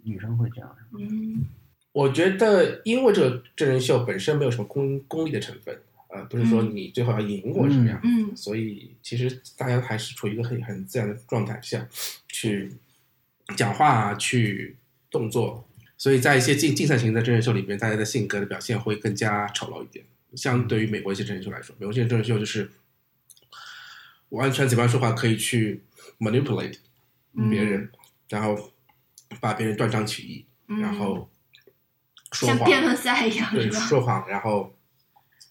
女生会这样。嗯我觉得，因为这个真人秀本身没有什么功功利的成分，呃，不是说嗯你最后要赢我什么样，嗯所以其实大家还是处于一个很很自然的状态下去讲话啊，去动作，所以在一些竞竞赛型的真人秀里面，大家的性格的表现会更加丑陋一点。相对于美国一些真人秀来说，美国一些真人秀就是呃完全嘴巴说话可以去 manipulate 嗯别人，然后把别人断章取义，嗯然后说像谎，辩论赛一样对，是吧？说谎，然后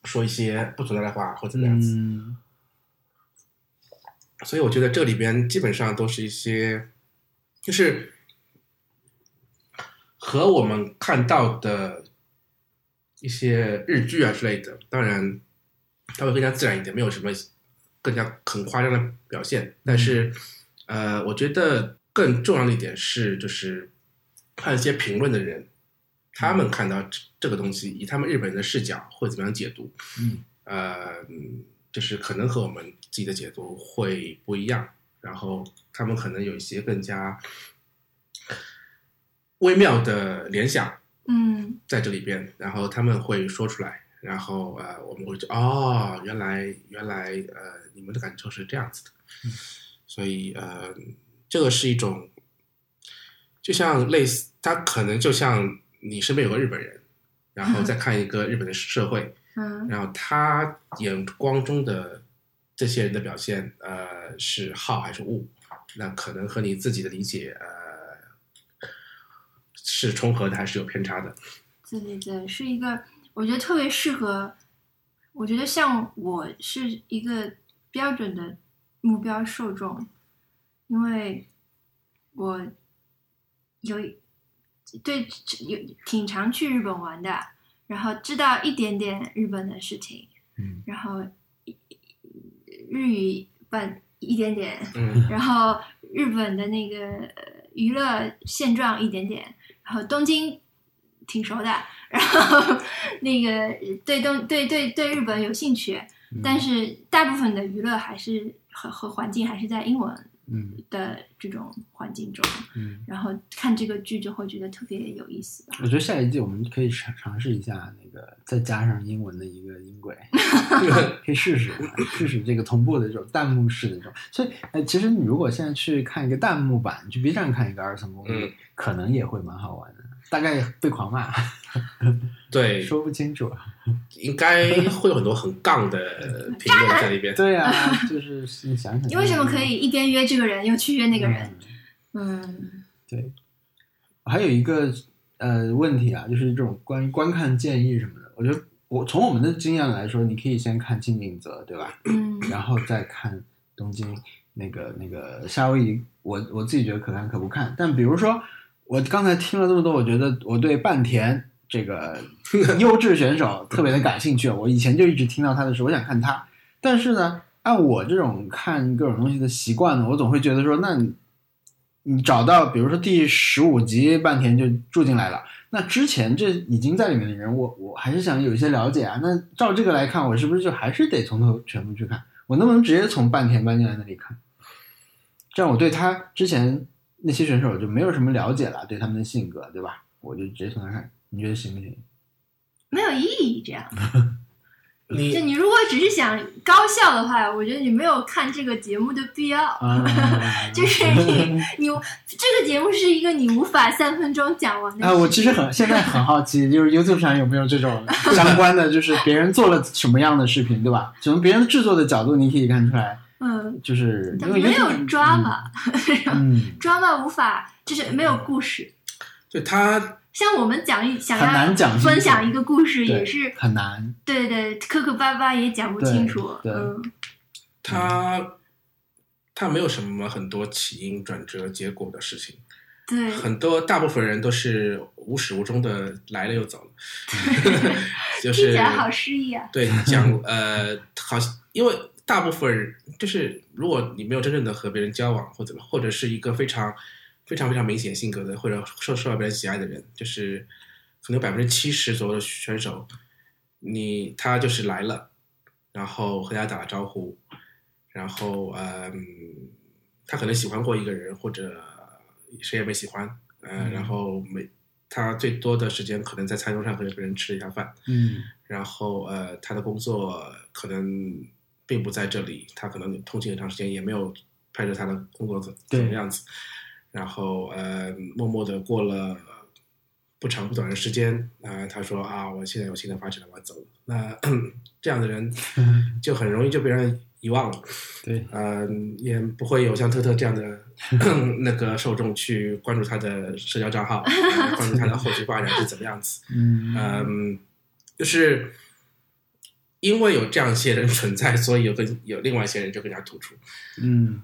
说一些不存在的话或怎么样子。嗯，所以我觉得这里边基本上都是一些，就是和我们看到的一些日剧啊之类的，当然它会更加自然一点，没有什么更加很夸张的表现。但是，呃，我觉得更重要的一点是，就是看一些评论的人，他们看到这这个东西，以他们日本人的视角会怎么样解读？嗯，呃，嗯就是可能和我们自己的解读会不一样，然后他们可能有一些更加微妙的联想嗯在这里边，然后他们会说出来，然后呃，我们会觉得哦，原来原来呃，你们的感受是这样子的，所以呃，这个是一种，就像类似，他可能就像你身边有个日本人，然后再看一个日本的社会。嗯然后他眼光中的这些人的表现，呃，是好还是恶？那可能和你自己的理解，呃，是重合的还是有偏差的？对对对，是一个我觉得特别适合。我觉得像我是一个标准的目标受众，因为我有对有挺常去日本玩的，然后知道一点点日本的事情，嗯，然后日语半一点点， 嗯然后日本的那个呃娱乐现状一点点，然后东京挺熟的，然后 那个对东对对对日本有兴趣，但是大部分的娱乐还是和和环境还是在英文嗯的这种环境中，嗯，然后看这个剧就会觉得特别有意思吧。我觉得下一季我们可以尝尝试一下那个，再加上英文的一个音轨，可以试试试试这个同步的这种弹幕式的这种。所以，呃，其实你如果现在去看一个弹幕版，你去 B 站看一个二层公嗯寓，可能也会蛮好玩的，大概被狂骂，对，说不清楚。应该会有很多很杠的评论在里边。对呀、就是你想想，你为什么可以一边约这个人，又去约那个人？嗯嗯对，还有一个呃问题啊，就是这种观观看建议什么的，我觉得我从我们的经验来说，你可以先看金敏泽，对吧？嗯然后再看东京那个那个夏威夷，我我自己觉得可看可不看。但比如说我刚才听了这么多，我觉得我对半田这个优质选手特别的感兴趣，我以前就一直听到他的事，我想看他。但是呢，按我这种看各种东西的习惯呢，我总会觉得说，那你你找到比如说第十五集半田就住进来了。那之前这已经在里面的人，我我还是想有一些了解啊。那照这个来看，我是不是就还是得从头全部去看？我能不能直接从半田搬进来那里看？这样我对他之前那些选手就没有什么了解了，对他们的性格，对吧？我就直接从那看，你觉得行不行？没有意义这样。就你你如果只是想高效的话，我觉得你没有看这个节目的必要。，啊 就是你 你这个节目是一个你无法三分钟讲完的。啊，我其实很现在很好奇，就是 YouTube 上有没有这种相关的，就是别人做了什么样的视频，对吧？从别人制作的角度，你可以看出来，嗯，就是它因为没有 YouTube- 抓嘛， 嗯，抓嘛无法就是没有故事。对他，像我们讲一想很难讲要清楚分享一个故事，对也是很难，对对磕磕巴巴也讲不对清楚。对嗯他，他没有什么很多起因、转折、结果的事情。对，很多大部分人都是无始无终的来了又走了，就是听起来好诗意啊。对，讲呃，好像，因为大部分人就是，如果你没有真正的和别人交往，或者或者是一个非常非常非常明显性格的，或者受受到别人喜爱的人，就是可能百分之七十左右的选手，你他就是来了，然后和大家打了招呼，然后呃，他可能喜欢过一个人，或者谁也没喜欢，呃，嗯然后没他最多的时间可能在餐桌上和一个人吃一下饭， 嗯然后呃，他的工作可能并不在这里，他可能通勤很长时间，也没有拍摄他的工作怎对怎么样子。然后呃，默默的过了不长不短的时间，呃，他说啊，我现在有新的发展了，我要走了。那 这样的人就很容易就被人遗忘了，对，呃，也不会有像特特这样的 那个受众去关注他的社交账号，呃关注他的后续发展是怎么样子。嗯嗯，就是因为有这样一些人存在，所以有更有另外一些人就更加突出，嗯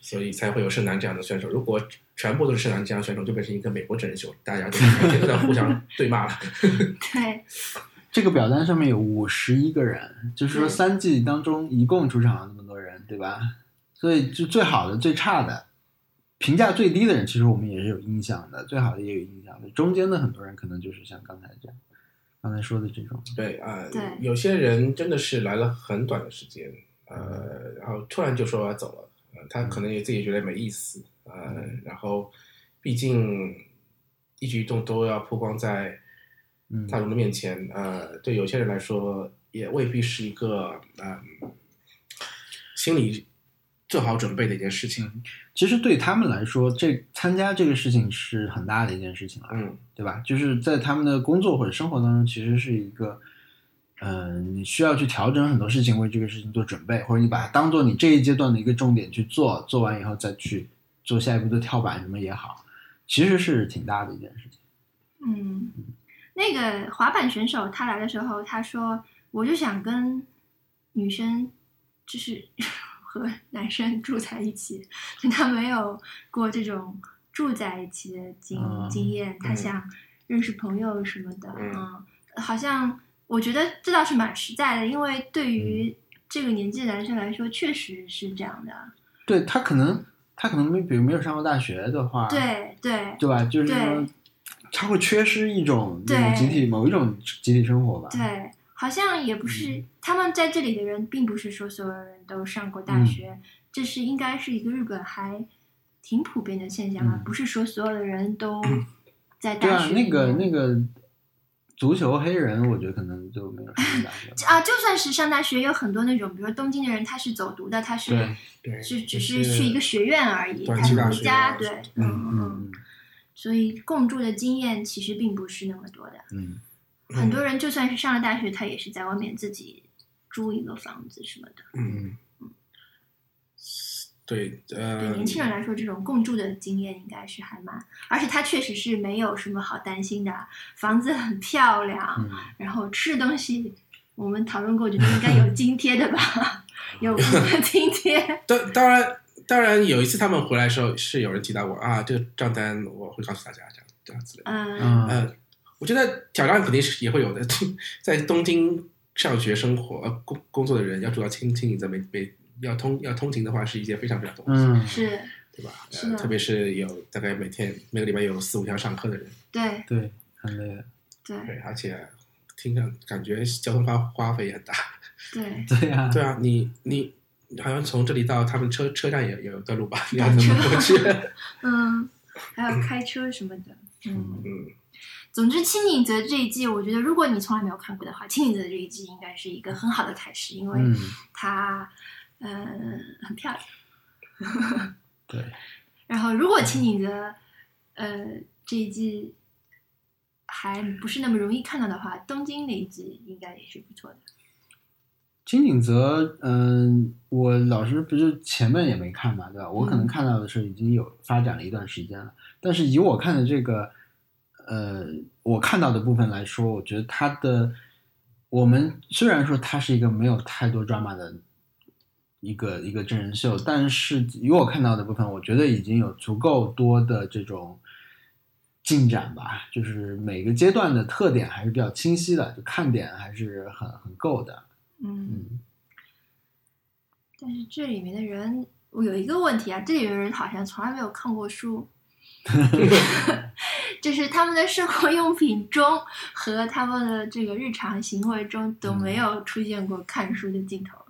所以才会有盛楠这样的选手。如果全部都是盛楠这样的选手，就变成一个美国真人秀，大家就每天都在互相对骂了。对，这个表单上面有五十一个人，就是说嗯三季当中一共出场了那么多人，对吧？所以就最好的、最差的、评价最低的人，其实我们也是有印象的，最好的也有印象的，中间的很多人可能就是像刚才这样，刚才说的这种，对啊、对有些人真的是来了很短的时间，呃，然后突然就说我要走了，呃他可能也自己觉得没意思，呃，嗯然后毕竟一举一动都要曝光在嗯大众的面前，呃，对有些人来说也未必是一个嗯、心理做好准备的一件事情，其实对他们来说，这参加这个事情是很大的一件事情了，嗯，对吧？就是在他们的工作或者生活当中，其实是一个，嗯、你需要去调整很多事情，为这个事情做准备，或者你把它当做你这一阶段的一个重点去做，做完以后再去做下一步的跳板什么也好，其实是挺大的一件事情。嗯，那个滑板选手他来的时候，他说我就想跟女生，就是 和男生住在一起，就他没有过这种住在一起的经、嗯经验，他嗯想认识朋友什么的，嗯嗯，好像我觉得这倒是蛮实在的，因为对于这个年纪的男生来说，确实是这样的，对他可能，他可能没，比如没有上过大学的话，，对对对吧？就是说对，他会缺失一种那种对集体某一种集体生活吧。啊对，好像也不是、他们在这里的人，并不是说所有人都上过大嗯学，这是应该是一个日本还挺普遍的现象吧，嗯不是说所有的人都在对大啊学，那里个面那个足球黑人，我觉得可能就没有上过大学。啊，就算是上大学，也有很多那种，比如说东京的人，他是走读的，他是对，对，是就只是去一个学院而已，短他期是大回学家，啊对什么，嗯嗯嗯嗯所以共住的经验其实并不是那么多的。嗯，很多人就算是上了大学，他也是在外面自己租一个房子什么的。嗯，对，对呃，年轻人来说，这种共住的经验应该是还蛮，而且它确实是没有什么好担心的，房子很漂亮，嗯然后吃东西，我们讨论过，觉得应该有津贴的吧， 有什么津贴？当当然，当然有一次他们回来的时候，是有人提到过啊，这个账单我会告诉大家，这样这样子的。嗯，嗯呃，我觉得挑战肯定是也会有的， 在东京上学生活、呃、工工作的人要住到青青你在没没要通要通勤的话，是一件非常非常痛苦，嗯，是对吧？是的呃，特别是有大概每天每个礼拜有四五天要上课的人，对对，很累的。对对，而且听上感觉交通花花费也很大。对，对呀、对啊，你你好像从这里到他们车车站也也有段路 吧？你要打怎车么过去？嗯，还有开车什么的，嗯，嗯。总之《青井泽》这一季，我觉得如果你从来没有看过的话，《青井泽》这一季应该是一个很好的开始，因为嗯，它，嗯、很漂亮。对，然后，如果青井泽，呃，这一季还不是那么容易看到的话，东京那一季应该也是不错的。金井泽，嗯、我老师不是前面也没看嘛，对吧？我可能嗯看到的时候已经有发展了一段时间了，但是以我看的这个，呃，我看到的部分来说，我觉得它的，我们虽然说它是一个没有太多 drama 的一个一个真人秀，但是以我看到的部分，我觉得已经有足够多的这种进展吧，就是每个阶段的特点还是比较清晰的，就看点还是很很够的，嗯，嗯。但是这里面的人，我有一个问题啊，这里面的人好像从来没有看过书，就是他们的生活用品中和他们的这个日常行为中都没有出现过看书的镜头。嗯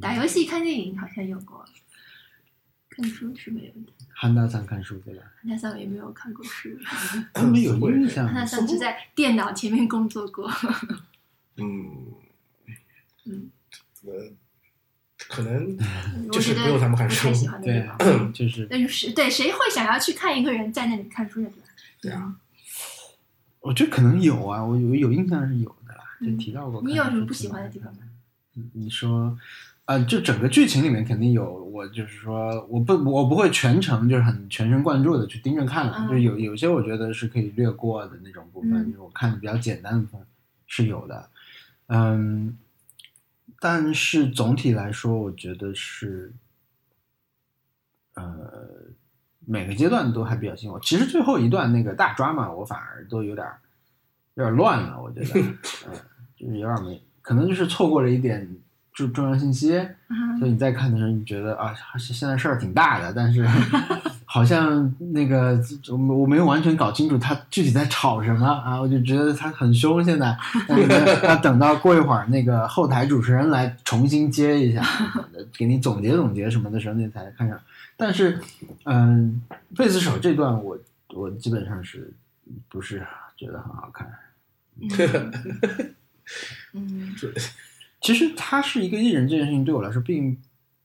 打游戏、看电影好像有过，看书是没有的。韩大三看书对吧？韩大桑也没有看过书，他们有印象韩大桑只在电脑前面工作过。嗯嗯，呃，可能我就是觉不得用他们不看书太喜欢那对啊个。，就是那就是对，谁会想要去看一个人在那里看书的？对啊，我觉得可能有啊，我有有印象是有的啦，就嗯提到过看书。你有什么不喜欢的地方吗你？你说，啊，就整个剧情里面肯定有，我就是说，我不我不会全程就是很全神贯注的去盯着看了，嗯就有有些我觉得是可以略过的那种部分，嗯就是我看的比较简单的部分是有的，嗯，但是总体来说，我觉得是，呃，每个阶段都还比较辛苦。其实最后一段那个大抓嘛，我反而都有点儿有点儿乱了，我觉得，嗯，就是有点儿没，可能就是错过了一点就重要信息，啊所以你在看的时候，你觉得啊，现现在事儿挺大的，但是好像那个我我没有完全搞清楚他具体在吵什么啊，我就觉得他很凶现在，但是呢要等到过一会儿那个后台主持人来重新接一下，给你总结总结什么的时候，你才看上。但是，嗯、贝斯手这段我我基本上是不是觉得很好看。嗯嗯其实他是一个艺人这件事情对我来说，并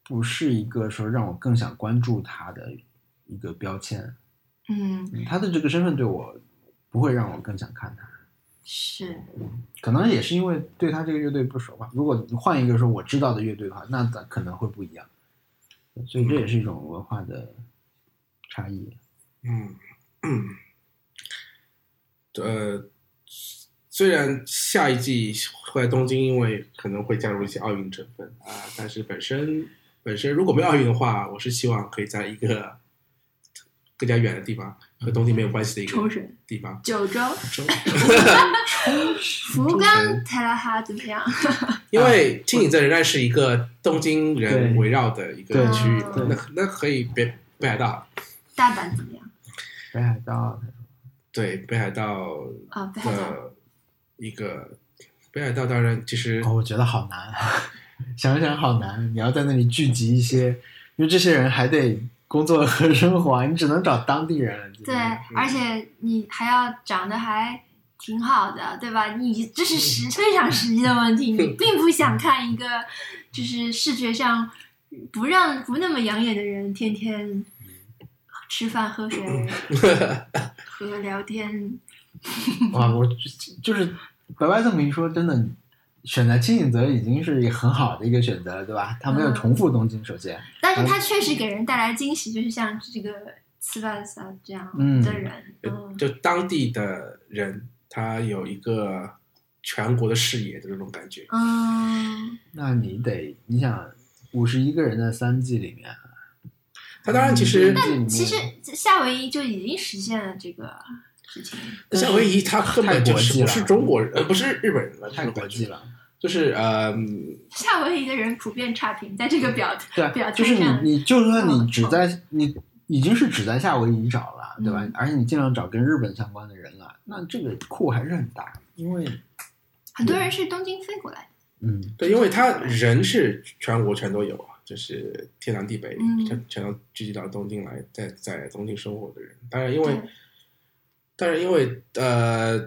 不是一个说让我更想关注他的一个标签。嗯，嗯他的这个身份对我不会让我更想看他，是可能也是因为对他这个乐队不熟吧。如果换一个说我知道的乐队的话，那咱可能会不一样。所以这也是一种文化的差异。嗯，嗯，呃，虽然下一季会在东京，因为可能会加入一些奥运成分啊、但是本身本身如果没有奥运的话，我是希望可以在一个更加远的地方，和东京没有关系的一冲个绳、地方。九州、中 福冈、泰拉哈怎么样？因为青井泽仍然是一个东京人啊对围绕的一个对区域对，那那可以北北海道，大阪怎么样？北海道对北海道啊，北海道。的一个北海道，当然其实哦，我觉得好难， 想想好难。你要在那里聚集一些，因为这些人还得工作和生活，啊你只能找当地人。对，而且你还要长得还挺好的，对吧？你这是嗯实非常实际的问题， 你并不想看一个就是视觉上不让不那么养眼的人天天吃饭喝水嗯和聊天。哇，啊我就就是白白这么一说，真的，选择清井泽已经是一个很好的一个选择了，对吧？他没嗯有重复东京，首先，但是嗯他确实给人带来惊喜，就是像这个斯巴萨这样嗯的人，嗯，就当地的人，他有一个全国的视野的那种感觉。嗯，那你得你想五十一个人的三季里面，他当然其实那嗯其实夏威夷就已经实现了这个事情，夏威夷他根本就是太国际了不是中国人，呃，不是日本人了，太国际，了。就是呃，夏威夷的人普遍差评，在这个表对啊表，就层是上，你，你就算你嗯只在你已经是只在夏威夷找了，对吧？嗯而且你尽量找跟日本相关的人了，那这个库还是很大，因为很多人是东京飞过来的。嗯，对，因为他人是全国全都有啊，就是天南地北，嗯全全都聚集到东京来，在在东京生活的人。当然，因为对当然因为呃，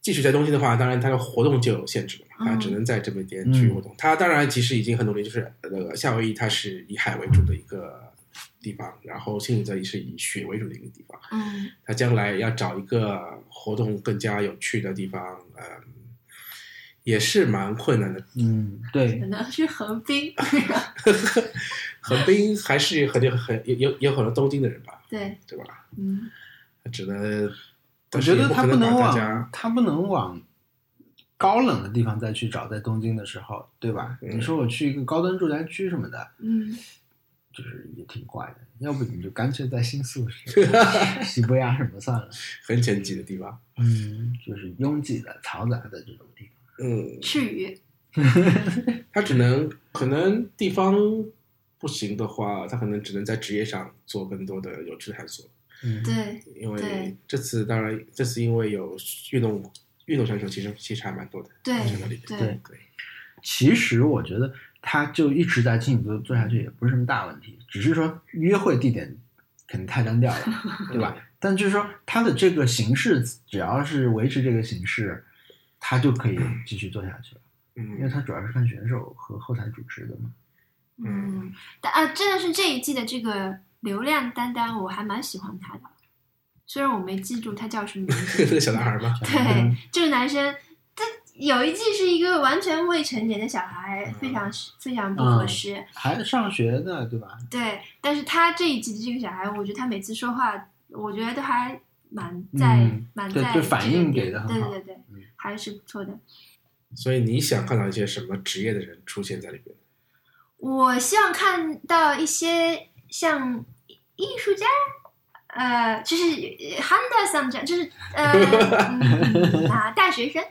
继续在东京的话，当然他的活动就有限制了嘛，他嗯只能在这边点去活动。嗯他当然其实已经很努力，就是那个夏威夷，它是以海为主的一个地方，然后新泽也是以雪为主的一个地方。嗯他将来要找一个活动更加有趣的地方，嗯、也是蛮困难的。嗯，对，可能是横滨， 横滨还是很有很有有有很多东京的人吧，对，对吧？嗯，只能，我觉得但是也他不可能能把大往家，他不能往高冷的地方再去找，在东京的时候，对吧？嗯你说我去一个高端住宅区什么的，嗯，就是也挺怪的。要不你就干脆在新宿、 喜不亚什么算了。很前挤的地方， 嗯，就是拥挤的、嘈杂的这种地方。嗯，赤羽，他只能可能地方不行的话，他可能只能在职业上做更多的有趣的探索。嗯，对，因为对这次当然，这次因为有运动运动选手，其实其实还蛮多的，对选手里面对对，其实我觉得他就一直在金宇做做下去也不是什么大问题，只是说约会地点可能太单调了，对吧？但就是说他的这个形式，只要是维持这个形式，他就可以继续做下去了，因为嗯他主要是看选手和后台主持的嘛。嗯嗯，但啊，真的是这一季的这个流量担当，我还蛮喜欢他的，虽然我没记住他叫什么名那字。个小男孩嘛，嗯对，这个男生，他有一季是一个完全未成年的小孩，非常非常不合适。还上学呢，对吧？对，但是他这一季的这个小孩，我觉得他每次说话，我觉得都还蛮在、嗯蛮对在就反这个应点给得很对好对对对，嗯还是不错的。所以你想看到一些什么职业的人出现在里边？我希望看到一些像艺术家，呃，就是 Honda 上这样，就是 呃嗯啊大学生，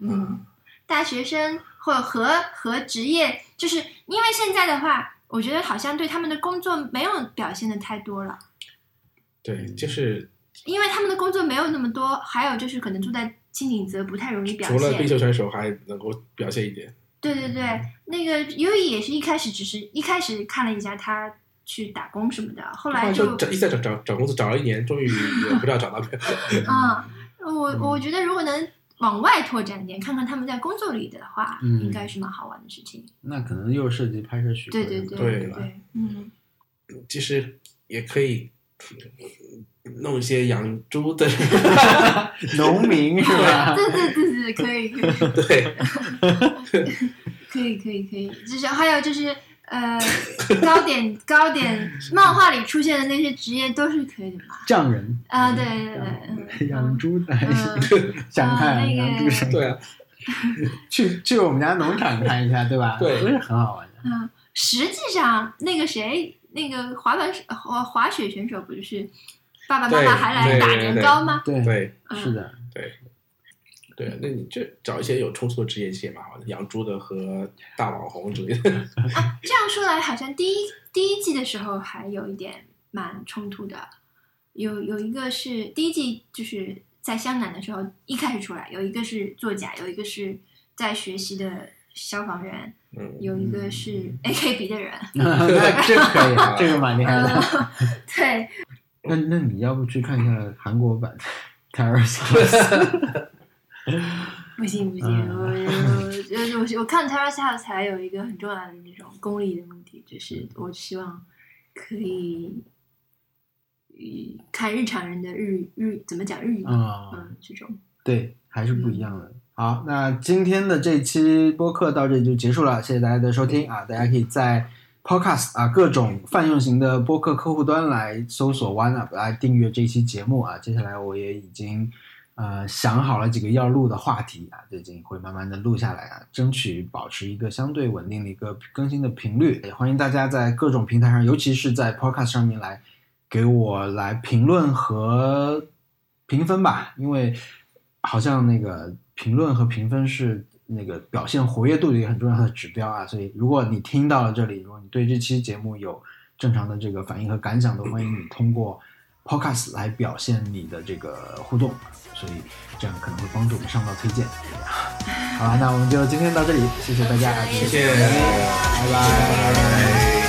嗯，大学生或和和职业，就是因为现在的话，我觉得好像对他们的工作没有表现的太多了。对，嗯就是因为他们的工作没有那么多，还有就是可能住在青井泽不太容易表除了冰现。球选手还能够表现一点。对对对，那个优衣也是一开始只是一开始看了一下他去打工什么的，后来后就啊找一直在找找找工作，找了一年，终于也不知道找到没有。嗯，我我觉得如果能往外拓展一点，看看他们在工作里的话，嗯应该是蛮好玩的事情。那可能又涉及拍摄许可对什对么的，对对吧？对，嗯，其实也可以弄一些养猪 的，农民是吧？对对对对，可以可以。对，可以可以可以，就是还有就是呃，高点高点漫画里出现的那些职业都是可以的嘛。匠人啊，对对对， 嗯养猪的，嗯想啊那看个养猪生意对啊，去去我们家农场看一下，对吧？对不是很好玩的。嗯，实际上那个谁，那个滑板滑滑雪选手不是爸爸妈对妈还来对打对年对糕吗？对， 对嗯是的，对啊，那你就找一些有冲突的职业其实也蛮好的，养猪的和大网红之类的。啊，这样说来，好像第一第一季的时候还有一点蛮冲突的，有有一个是第一季就是在香港的时候一开始出来，有一个是作家，有一个是在学习的消防员，嗯，有一个是 AKB 的人， 那这可以，啊这个蛮厉害嗯的。对，那那你要不去看一下韩国版《泰尔斯》？不行不行，嗯我我我我我看 Terrace House 还有一个很重要的那种功利的目的，就是我希望可以。呃看日常人的日日怎么讲日语，啊嗯，这种。对，还是不一样的。好，那今天的这期播客到这里就结束了，谢谢大家的收听啊！大家可以在 Podcast 啊各种泛用型的播客客户端来搜索 One Up 来订阅这期节目啊。接下来我也已经呃想好了几个要录的话题啊，最近会慢慢的录下来啊，争取保持一个相对稳定的一个更新的频率。也欢迎大家在各种平台上，尤其是在 Podcast 上面来给我来评论和评分吧，因为好像那个评论和评分是那个表现活跃度的一个很重要的指标啊。所以，如果你听到了这里，如果你对这期节目有正常的这个反应和感想的，欢迎你通过 Podcast 来表现你的这个互动，所以这样可能会帮助我们上到推荐。好了，那我们就今天到这里，谢谢大家，谢谢，拜拜。拜拜。